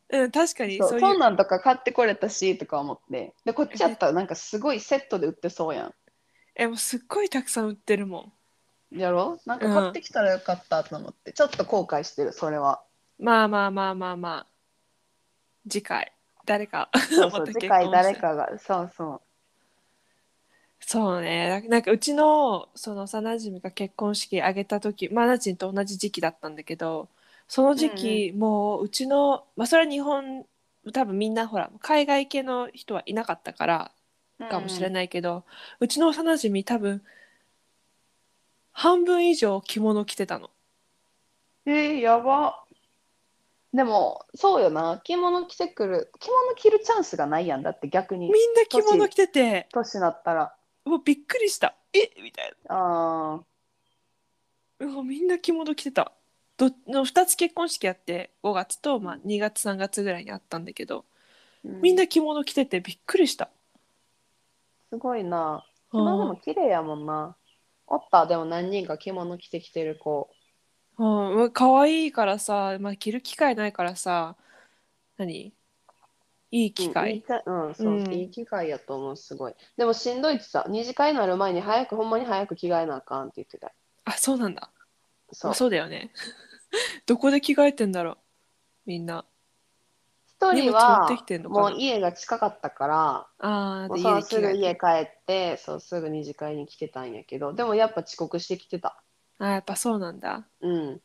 A: うん確かに
B: そう
A: そ
B: そうう
A: いう
B: なんとか買ってこれたしとか思ってでこっちやったらなんかすごいセットで売ってそうやん
A: えもうすっごいたくさん売ってるも
B: やろなんか買ってきたらよかったと思って、ちょっと後悔してるそれは
A: んまあまあまあまあまあ次回誰か
B: そうそ
A: ま
B: う
A: た結婚し
B: 次
A: て
B: 回誰かがそうそう
A: そうねななんかうちのその幼馴染が結婚式挙げた時まあなちんと同じ時期だったんだけどその時期、もううちのまあそれは日本多分みんなほら海外系の人はいなかったからかもしれ
B: い、
A: ないけど、うちの幼馴染多分半分以上着物着てたの
B: えー、やば。でも、そうよな。着物着てくる、着物着るチャンスがないやんだって逆
A: み
B: に
A: ん、な着物着てて
B: 年になったら。
A: もうびっくりしたえみたいな。
B: あ
A: うわみんな着物着てたどの2つ結婚式やって5月と、まあ、2月3月ぐらいにあったんだけど
B: ー
A: みん、
B: う
A: な着物着ててびっくりした、
B: すごいな。着
A: あ
B: 物
A: ー
B: も綺麗やもんな。おった、でも何人か着物着てきてる子。
A: うんうわ可愛いからさ、まあ、着る機会ないからさ何いい機
B: うんいい
A: 会、
B: かうん、そう、
A: うん
B: いい機会やと思う、すごい。でもしんどいってさ、二次会になる前に早く、ほんまに早く着替えなあかんって言ってた。
A: あそうなんだ
B: そ
A: そうう。そうだよね どこで着替えてんだろうみんな
B: 一人
A: 荷物持
B: は
A: ってきてん、のか
B: も
A: な
B: う家が近かったから、
A: あー
B: もう
A: で
B: そう
A: 家です着替
B: ぐ
A: え
B: 家
A: て
B: 帰ってそうすぐ二次会に来てたんやけどでもやっぱ遅刻してきてた
A: あーやっぱそうなんだ
B: うん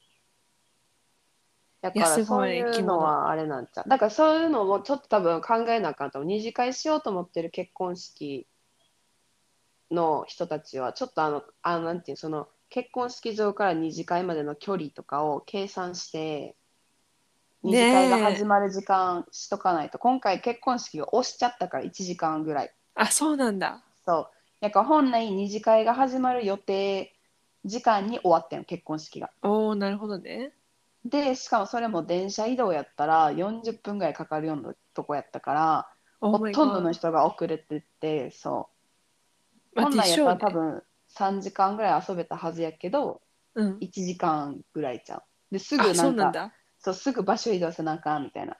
B: だか
A: いや
B: ら
A: す
B: そ
A: ご
B: う
A: い
B: いうのはあれなんちゃうだからそういうのもちょっと多分考えなあかんと思う二次会しようと思ってる結婚式の人たちはちょっとあのあのなんていうその結婚式場から二次会までの距離とかを計算して
A: ねえ
B: 二次会が始まる時間しとかないと、今回結婚式を押しちゃったから1時間ぐらい
A: あそうなんだ
B: そう。やから本来二次会が始まる予定時間に終わったよ、結婚式が。
A: おーなるほどね
B: でしかもそれも電車移動やったら40分ぐらいかかるようなとこやったからほ
A: Oh
B: と
A: my
B: んどの
A: god
B: 人が遅れてってそう
A: まあ
B: 本来やったら多
A: でしょ
B: 分3時間ぐらい遊べたはずやけど
A: うねうん
B: 1時間ぐらいちゃうですぐな
A: あ
B: ん
A: そうな
B: か
A: んだ
B: そうすぐ場所移動せなあかんみたいな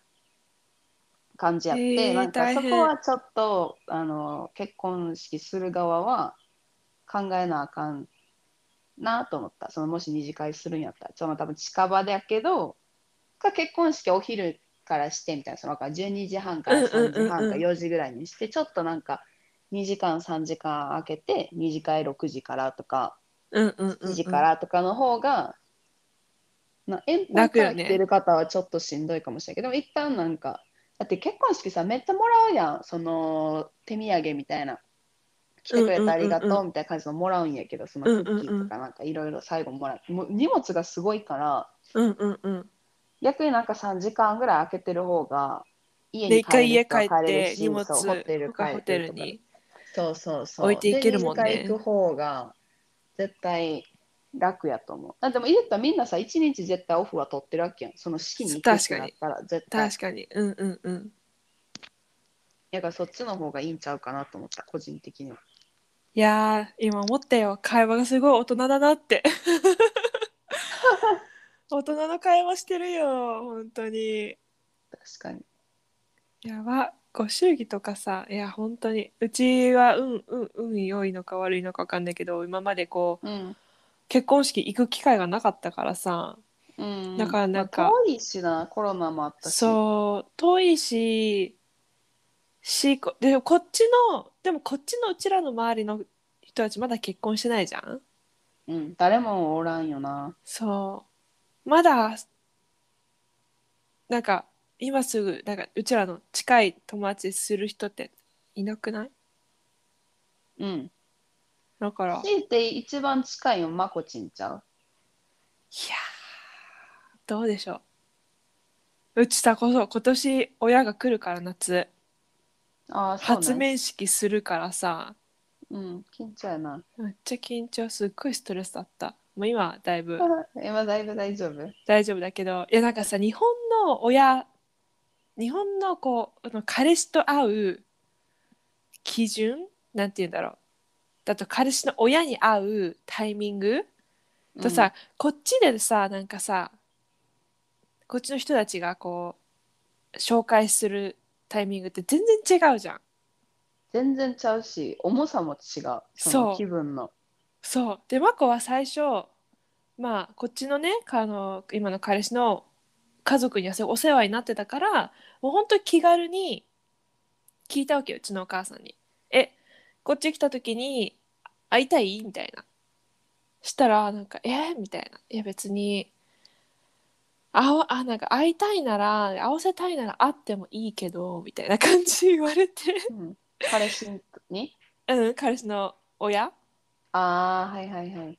B: 感じやって、
A: へえ
B: なんか
A: 大
B: そ
A: 変
B: こはちょっとあの結婚式する側は考えなあかんなと思ったそのもし二次会するんやったらちょっと多分近場だけどか結婚式お昼からしてみたいなそのなんか12時半から3時
A: うんう
B: 半
A: ん
B: か
A: うん
B: 4時ぐらいにして、ちょっとなんか2時間3時間空けて二次会6時からとか
A: うんうんうん、う
B: 7
A: ん、
B: 時からとかの方が、な遠方
A: 楽
B: か
A: よ
B: ら
A: ね
B: 来てる方はちょっとしんどいかもしれないけど、一旦なんかだって結婚式さめっちゃもらうやんその手土産みたいな来てくれてありが
A: うんうんうん
B: と
A: う
B: うみたいな感じのもらうんやけどその
A: うんうん
B: ク
A: うん
B: ッキーとかなんかいろいろ最後もらうもう荷物がすごいから
A: うんうんうん
B: 逆になんか3時間ぐらい空けてる方が家
A: で
B: に
A: 一回家
B: 帰る人は
A: 帰っ
B: 帰れる
A: て
B: し
A: 荷物
B: そうホテル帰
A: とかホテ
B: る
A: ル
B: とか
A: に
B: そうそうそう。
A: 置いていけるもんね
B: で二次会行く方が絶対楽やと思う。あでも言ったらみんなさ、一日絶対オフは取ってるわけやん。その式に行くってなったら絶対。
A: 確かにうんうんうん
B: だからそっちの方がいいんちゃうかなと思った、個人的には。
A: いやー今思ったよ会話がすごい大人だなって 大人の会話してるよ本当に
B: 確かに。
A: やばご祝儀とかさいや本当にうちは運運運良いのか悪いのか分かんないけど今までこう
B: うん。
A: 結婚式行く機会がなかったからさ
B: うん、
A: だからなんか
B: まあ遠いしな、コロナもあったし。
A: そう遠いししこでこっちのでもこっちのうちらの周りの人たちまだ結婚してないじゃん
B: う。ん、誰もおらんよな。
A: そうまだなんか今すぐなんかうちらの近い友達する人っていなくない
B: うん。
A: だからいや
B: 強いて一番近いのまこちんちゃう。
A: ーどうでしょううちさこそ今年親が来るから夏
B: ああ、そう
A: 初
B: なんや。
A: 面識するからさ
B: うん、緊張やな。
A: めっちゃ緊張すっごいストレスだったもう今はだいぶ
B: 今だいぶ大丈夫。
A: 大丈夫だけどいやなんかさ日本の親日本のこうあの彼氏と会う基準なんて言うんだろうだと彼氏の親に会うタイミングとさ、こっちでさなんかさこっちの人たちがこう紹介するタイミングって全然違うじゃん
B: 全然ちゃうし重さも違うそ
A: そ
B: の
A: う
B: 気分の
A: そうでマコは最初まあこっちのねあの今の彼氏の家族にはすごいお世話になってたからもうほんと気軽に聞いたわけようちのお母さんに「えこっち来た時に会いたい?」みたいなしたらなんか「えみたいな「いや別にあおあなんか会いたいなら会わせたいなら会ってもいいけど」みたいな感じ言われて
B: うん彼氏に
A: うん彼氏の親
B: ああはいはいはい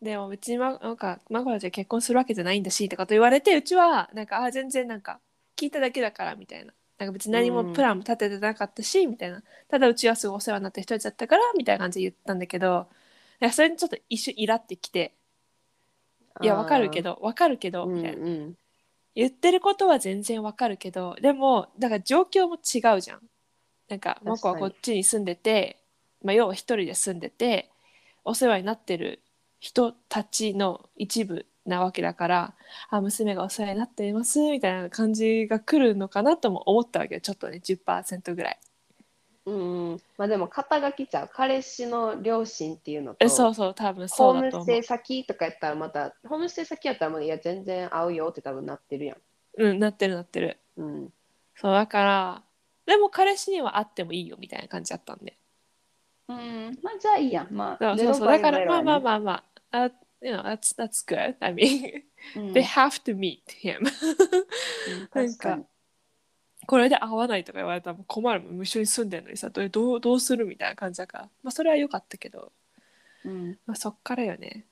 A: でもうちまなんか孫たちは結婚するわけじゃないんだしとかと言われてうちはなんかあ全然なんか聞いただけだからみたいななんか別に何も
B: うん
A: プランも立ててなかったし、みたいなただうちはすごいお世話になった人たちだったからみたいな感じで言ったんだけどいやそれにちょっと一瞬イラってきて「いやわかるけ
B: ど
A: どわかるけど」
B: うん
A: みたいな、
B: うん
A: 言ってることは全然わかるけどでもだから状況も違うじゃん。なんか
B: かに
A: マコはこっちに住んでて、まあ、要は一人で住んでてお世話になってる人たちの一部なわけだからあ娘がお世話になっていますみたいな感じが来るのかなとも思ったわけよちょっとね10%ぐらい。
B: うんうんまあでも肩書きちゃう彼氏の両親っていうのと
A: えそうそう多分
B: ホ
A: そうだ
B: ー
A: と
B: ム
A: 思
B: ステ
A: う
B: イ。先とかやったらまたホームステイ先やったらまだいや全然合うよって多分なってるやん
A: うんなってるなってる。
B: うん
A: そうだからでも彼氏には会ってもいいよみたいな感じだったんで。
B: うんまあじゃあいいやんま
A: そ
B: あ
A: うそうそう
B: 0.0
A: だからまあまあ
B: やね
A: まあまあ、uh, you know that's that's good I mean
B: うん
A: they have to meet him
B: うん確かに
A: これで会わないとか言われたらもう困るもん一緒に住んでるのにさどうどうどうするみたいな感じだからまあそれは良かったけど、
B: うん
A: まあ、そっからよね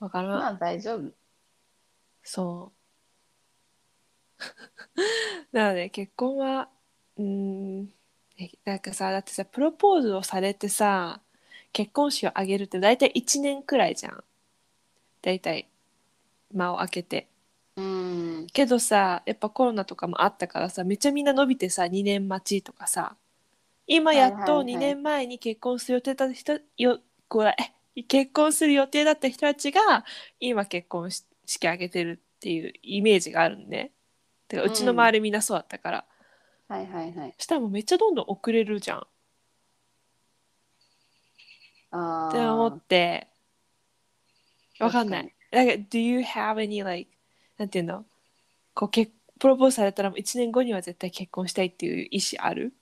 A: わからん、
B: まあ大丈夫
A: そう なので結婚はうーんえなんかさだってさプロポーズをされてさ結婚式を挙げるって大体1年くらいじゃん大体間を空けて
B: うん
A: けどさやっぱコロナとかもあったからさめっちゃみんな伸びてさ2年待ちとかさ今やっ
B: は
A: と
B: いはいはい
A: 2年前に結婚する予定だった人よこれ 結婚する予定だった人たちが今結婚し式挙げてるっていうイメージがあるんねてかうちの周りみんなそうだったから、
B: はいはいはい
A: したらもうめっちゃどんどん遅れるじゃんっ
B: あ
A: て思って
B: あー
A: わかんないなんか Do you have any like なんていうのこう結プロポーズされたら1年後には絶対結婚したいっていう意思ある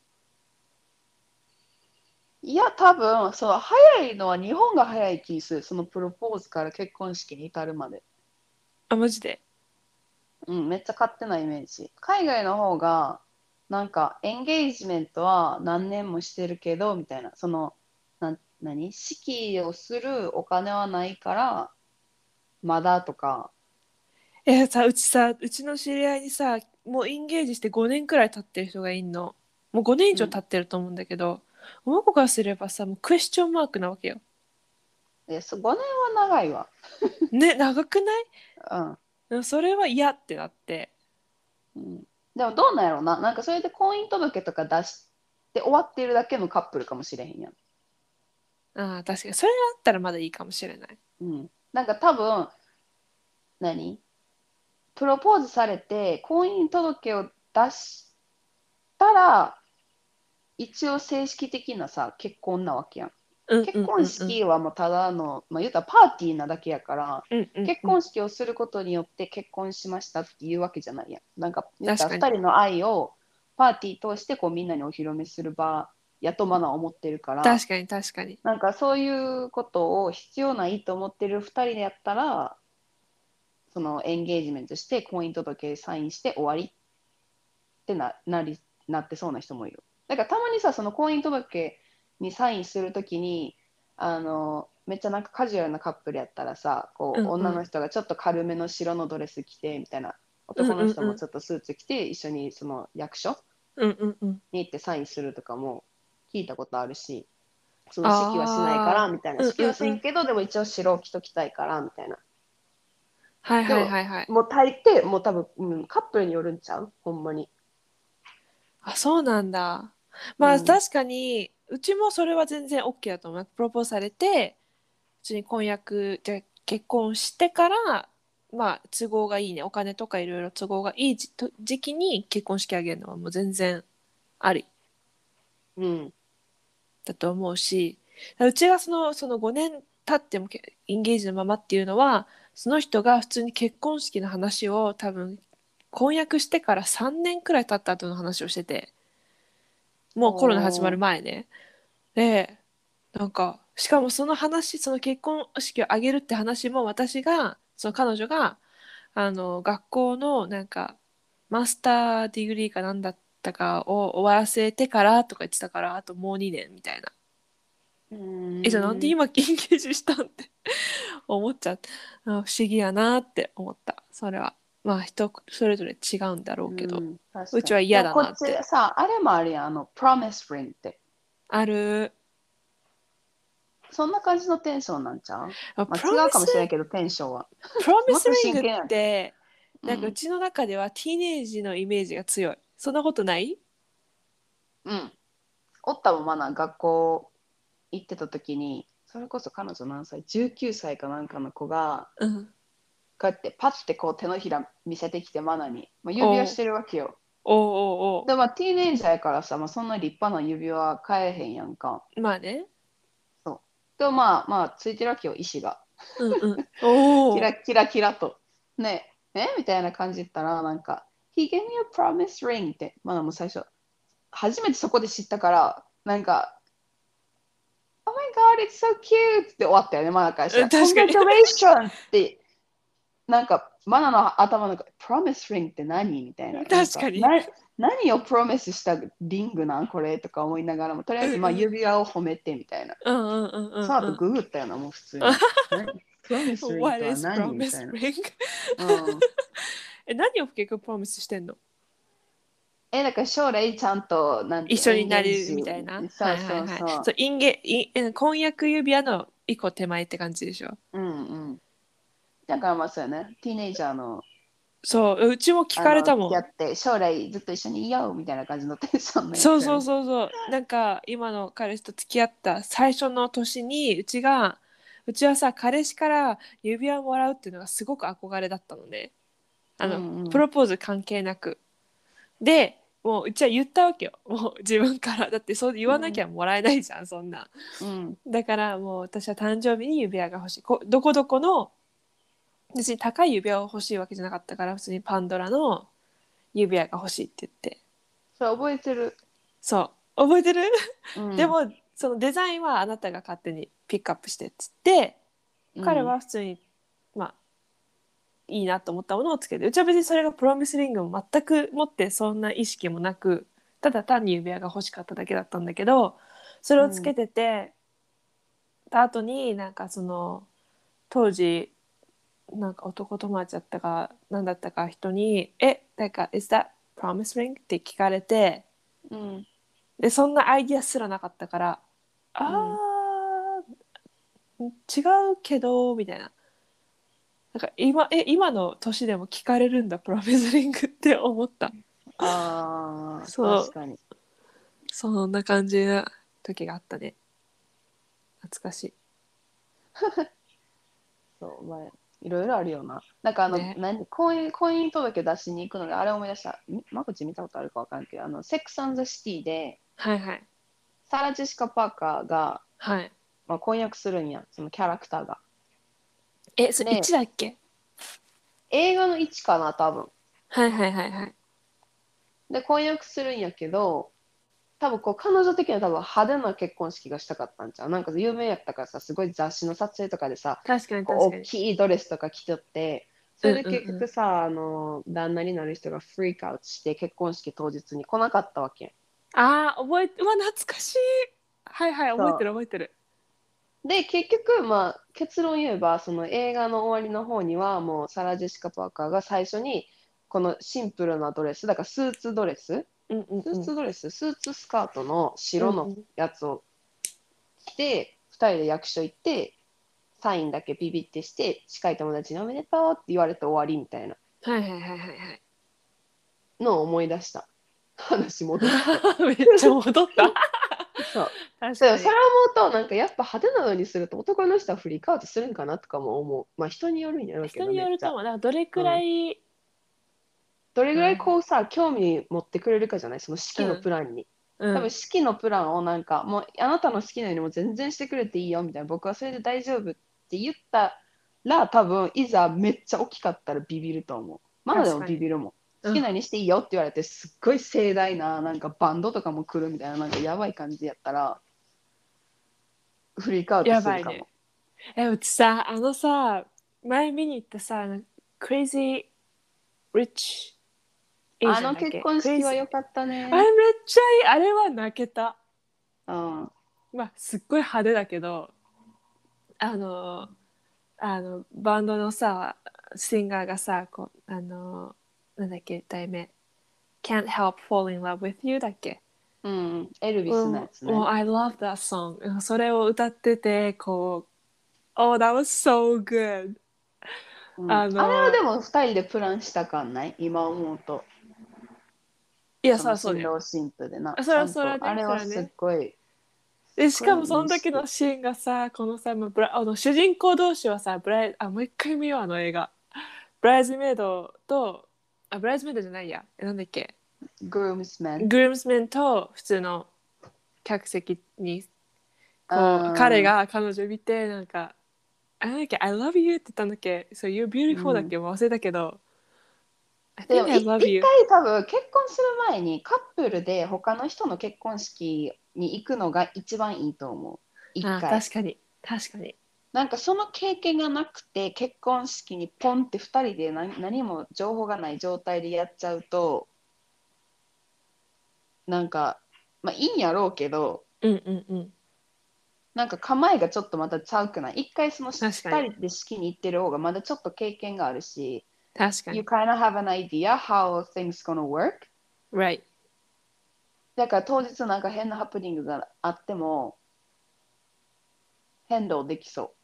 B: いや多分その早いのは日本が早い気するそのプロポーズから結婚式に至るまで
A: あマジで
B: うんめっちゃ勝手なイメージ海外の方がなんかエンゲージメントは何年もしてるけどみたいなそのなん何式をするお金はないからまだとか
A: えさうちさうちの知り合いにさもうインゲージして5年くらい経ってる人がいんのもう5年以上経ってると思うんだけど、もうこの子からすればさもうクエスチョンマークなわけ よ
B: いやそ5年は長いわ
A: ね長くない
B: うん
A: でもそれは嫌ってなって
B: うんでもどうなんやろうな、なんかそれで婚姻届とか出して終わってるだけのカップルかもしれへんやん。
A: あー確かにそれだったらまだいいかもしれない
B: うん、なんか多分、何プロポーズされて婚姻届を出したら、一応正式的なさ、結婚なわけやん。
A: うんうんうんうん
B: 結婚式はもうただの、まあ言うたらパーティーなだけやから、
A: うんうんうん
B: 結婚式をすることによって結婚しましたっていうわけじゃないやん。なんか言ったら
A: 確
B: 二
A: か
B: 人の愛をパーティー通してこうみんなにお披露目する場やとマナー思ってるから
A: 確かに確かに
B: なんかそういうことを必要ないと思ってる二人でやったらそのエンゲージメントして婚姻届サインして終わりってななりなってそうな人もいる。だからたまにさその婚姻届にサインするときにあのめっちゃなんかカジュアルなカップルやったらさこう、
A: うんうん
B: 女の人がちょっと軽めの白のドレス着てみたいな男
A: う
B: の人
A: んうんう
B: も
A: ん
B: ちょっとスーツ着て一緒にその役所
A: うんうんうん
B: に行ってサインするとかも聞いたことあるし、その式はしないからみたい
A: うん
B: な、
A: うんうん
B: 式はせんけど、でも一応白を着ときたいからみたいな。
A: はいはいはいはい
B: もう大抵、もう多分、うん、カップルによるんちゃうほんまに。
A: あそうなんだまあ、
B: うん
A: 確かにうちもそれは全然 OK だと思うプロポーズされて普通に婚約じゃ結婚してからまあ都合がいいねお金とかいろいろ都合がいいじと時期に結婚式あげるのはもう全然あり
B: うん。
A: だと思うしうちがそのその5年経ってもけインゲージのままっていうのはその人が普通に結婚式の話を多分婚約してから3年くらい経った後の話をしててもうコロナ始まる前ねでなんかしかもその話その結婚式を挙げるって話も私がその彼女があの学校のなんかマスターディグリーかなんだったかを終わらせてからとか言ってたからあともう2年みたいなえじゃあなんで今緊急時したんって 思っちゃってあ不思議やなって思ったそれはまあ人それぞれ違うんだろうけど、
B: ん確かに
A: うちは嫌だなって
B: でもこっちさ、あれもあるやん、あの、promise ring って。
A: ある
B: そんな感じのテンションなんちゃう、
A: あ
B: ま
A: プ
B: あ、違
A: ロ
B: う
A: ミ
B: かも
A: ス
B: しれないけど、テンションは。
A: プロミ
B: もっ
A: ス
B: と
A: リ
B: 真
A: ン
B: 剣
A: グ
B: やん
A: ってなんか
B: う
A: うちの中ではティーネージのイメージが強いそんなことない
B: うん。おったもまだ学校行ってた時に、それこそ彼女何歳 ?19 歳かなんかの子が、
A: うん
B: こうやってパッてこう手のひら見せてきてマナに、まあ、指輪してるわけよ。
A: おうおうお
B: でまあティーネイジャーやからさ、まあ、そんな立派な指輪買えへんやんか。
A: うまあね
B: でもまあまあついてるわけよ、石が。
A: うん うんおお
B: キラキラキラと。ねえ、えみたいな感じ言ったら、なんか、He gave me a promise ring って、まだもう最初、初めてそこで知ったから、なんか、Oh my god, it's so cute! って終わったよね、マナからしたら。
A: うん確かに
B: Congratulations! って、なんか、マナの頭の中、promise ring って何みたいな。
A: 確かに
B: なんな何をプロミスしたリングなんこれとか思いながらも、とりあえずまあ
A: うんうん
B: 指輪を褒めてみたいな。
A: うんうんうんうんうん
B: その後ググったよな、もう 普通に。何プロミスリングと
A: What
B: は
A: is
B: 何みた
A: promise
B: いな。
A: ring?
B: うん
A: え何を結局プロミスしてんの
B: え、だから将来ちゃんとなんて
A: 一緒になるみたいな。
B: そうそうそう。
A: はいはいはいそうインゲイン婚約指輪の一個手前って感じでしょ。
B: うんうん。だからまあそうやね。ティーネイジャーの。
A: そううちも聞かれたもん
B: やって、将来ずっと一緒にいようみたいな感じのテンションのやつ
A: そうそうそうそうなんか今の彼氏と付き合った最初の年にうちがうちはさ彼氏から指輪をもらうっていうのがすごく憧れだったのねあの、
B: うんうん
A: プロポーズ関係なくでもううちは言ったわけよもう自分からだってそう言わなきゃもらえないじゃん、そんな
B: うん。
A: だからもう私は誕生日に指輪が欲しいこどこどこの別に高い指輪を欲しいわけじゃなかったから普通にパンドラの指輪が欲しいって言って
B: それ覚えてる。
A: そう覚えてる
B: うん
A: で、もそのデザインはあなたが勝手にピックアップしてっつって
B: うん
A: 彼は普通に、まあいいなと思ったものをつけてうちは別にそれがプロミスリングも全く持ってそんな意識もなくただ単に指輪が欲しかっただけだったんだけどそれをつけてて、た後になんかその当時なんか男友達だったか何だったか人に「えなんか is that promise ring?」って聞かれて。
B: うん。
A: でそんなアイディアすらなかったからあー、違うけどみたいななんか今え今の年でも聞かれるんだプロミスリングって思った
B: ああ、
A: そう
B: 確かに。
A: そんな感じな時があったね懐かしい
B: そう、まあ、いろいろあるよな。なんかあの、
A: ね
B: 何婚姻婚姻届出しに行くので、あれ思い出した。みまこち見たことあるかわかんないけど、あの、セックスザ・シティで、
A: はいはい
B: サラ・ジェシカ・パーカーが、
A: はい
B: まあ、婚約するんや、そのキャラクターが。
A: えそれ
B: ね
A: 1だっけ、
B: 映画の1かな、多分。
A: はいはいはいはい
B: で、婚約するんやけど、多分こう彼女的には多分派手な結婚式がしたかったんちゃうなんか有名やったからさすごい雑誌の撮影とかでさ
A: 確かに
B: こう
A: 確か
B: 大
A: に
B: きいドレスとか着とってそれで結
A: うんうんう
B: 局さ、あの旦那になる人がフリークアウトして結婚式当日に来なかったわけ
A: ああ覚えてうわ懐かしいはいはい
B: そう
A: 覚えてる覚えてる
B: で結局、まあ、結論言えばその映画の終わりの方にはもうサラ・ジェシカ・パーカーが最初にこのシンプルなドレスだからスーツドレス
A: うんうん
B: スーツドレス、スーツスカートの白のやつを着て、2人で役所行ってサインだけビビってして近い友達に「おめでとう」って言われて終わりみたいな
A: はいはいはいはいはい
B: のを思い出した 話戻っ
A: めっちゃ戻った
B: てそう
A: 確
B: そう
A: か
B: よ
A: に
B: それを思うとなんかやっぱ派手なのにすると男の人はフリーカウトするんかなとかも思うまあ人によるんやろうけ
A: 人
B: ど
A: によ
B: めっ
A: る
B: ちゃ
A: かもなどれくらい、
B: どれぐらいこうさ、興味持ってくれるかじゃないその式のプランに、
A: うん
B: 多分式のプランをなんかもうあなたの好きなようにも全然してくれていいよみたいな僕はそれで大丈夫って言ったら多分いざめっちゃ大きかったらビビると思うまだでも
A: 確かに
B: ビビるもん
A: うん
B: 好きなようにしていいよって言われてすっごい盛大ななんかバンドとかも来るみたいななんかやばい感じやったらフリーカウトするかも
A: やばいねえうちさあのさ前見に行ったさ「Crazy Rich Asian
B: あの結婚式
A: だ
B: は
A: っ
B: 良かったね
A: け Crazy あれめっちゃいいあれは泣けた
B: うん
A: まあすっごい派手だけどあのあのバンドのさシンガーがさこうあのなんだっけ題名「Can't Help Fall in Love with You」だっけ
B: うんエルビスのやつね
A: もう「I love that song」うんそれを歌っててこう「Oh that was so good」
B: うん
A: あの
B: あれはでも2人でプランしたかんない今思うと
A: いや、
B: そ
A: そうそう
B: の
A: だ
B: 新
A: よ。
B: 郎新婦でな。
A: あそら
B: ちゃんと
A: そらね
B: あれはすっごい。
A: で、しかもその時のシーンがさ、このさ、まあブラあの主人公同士はさ、ブライあ、もう一回見よう、あの映画。ブライズメイドと、あ、ブライズメイドじゃないや。えなんだっけ。
B: グルームスメン。
A: グルームスメンと普通の客席に、こう、彼が彼女見て、なんか、あなんだっけ、I love you って言ったんだっけ、そう、You're beautiful だっけ、もう忘れたけど、I
B: でも
A: think I
B: 一回
A: love you。
B: 多分結婚する前にカップルで他の人の結婚式に行くのが一番いいと思う。一
A: あ、
B: 回。
A: 確かに、確かに。
B: なんかその経験がなくて結婚式にポンって2人で何何も情報がない状態でやっちゃうとなんかまあいいんやろうけど
A: うんうんうん。
B: なんか構えがちょっとまたちゃうくない一回その2
A: 確かに
B: 人で式に行ってる方がまだちょっと経験があるし
A: 確か
B: You
A: に。
B: kind of have an idea how things gonna work.
A: Right.
B: だから当日なんか変なハプニングがあっても変動できそ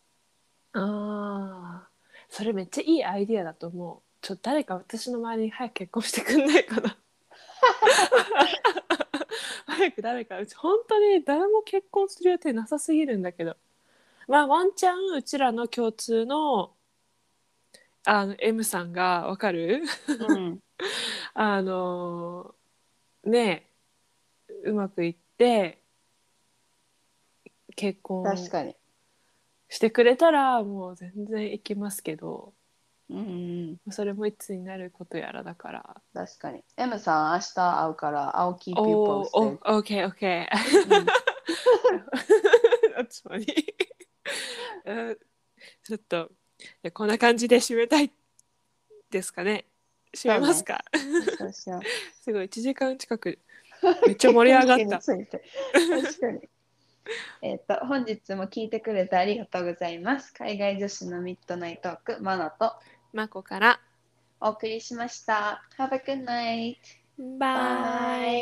A: ああ。それめっちゃいいアイディアだと思うちょっと誰か私の周りに早く結婚してくんないかな早く誰かうち本当に誰も結婚する予定なさすぎるんだけどまあワンチャンうちらの共通のあの M さんがわかる
B: うん、
A: あのねえうまくいって結婚
B: 確かに。
A: してくれたらもう全然行きますけど
B: うんうん、
A: それもいつになることやらだから
B: 確かに。M さん、明日会うから、青木ピー
A: お
B: ポ
A: ー
B: ーして。
A: お OK OK
B: うん
A: つまり うんちょっとじゃあこんな感じで締めたいですかね締めますか、
B: そうしよう
A: すごい1時間近くめっ ちゃ盛り 上がった
B: 結婚について確かに。えっと、本日も聞いてくれてありがとうございます。海外女子のミッドナイトーク、マナと
A: まこから
B: お送りしました。Have a good night!
A: バイ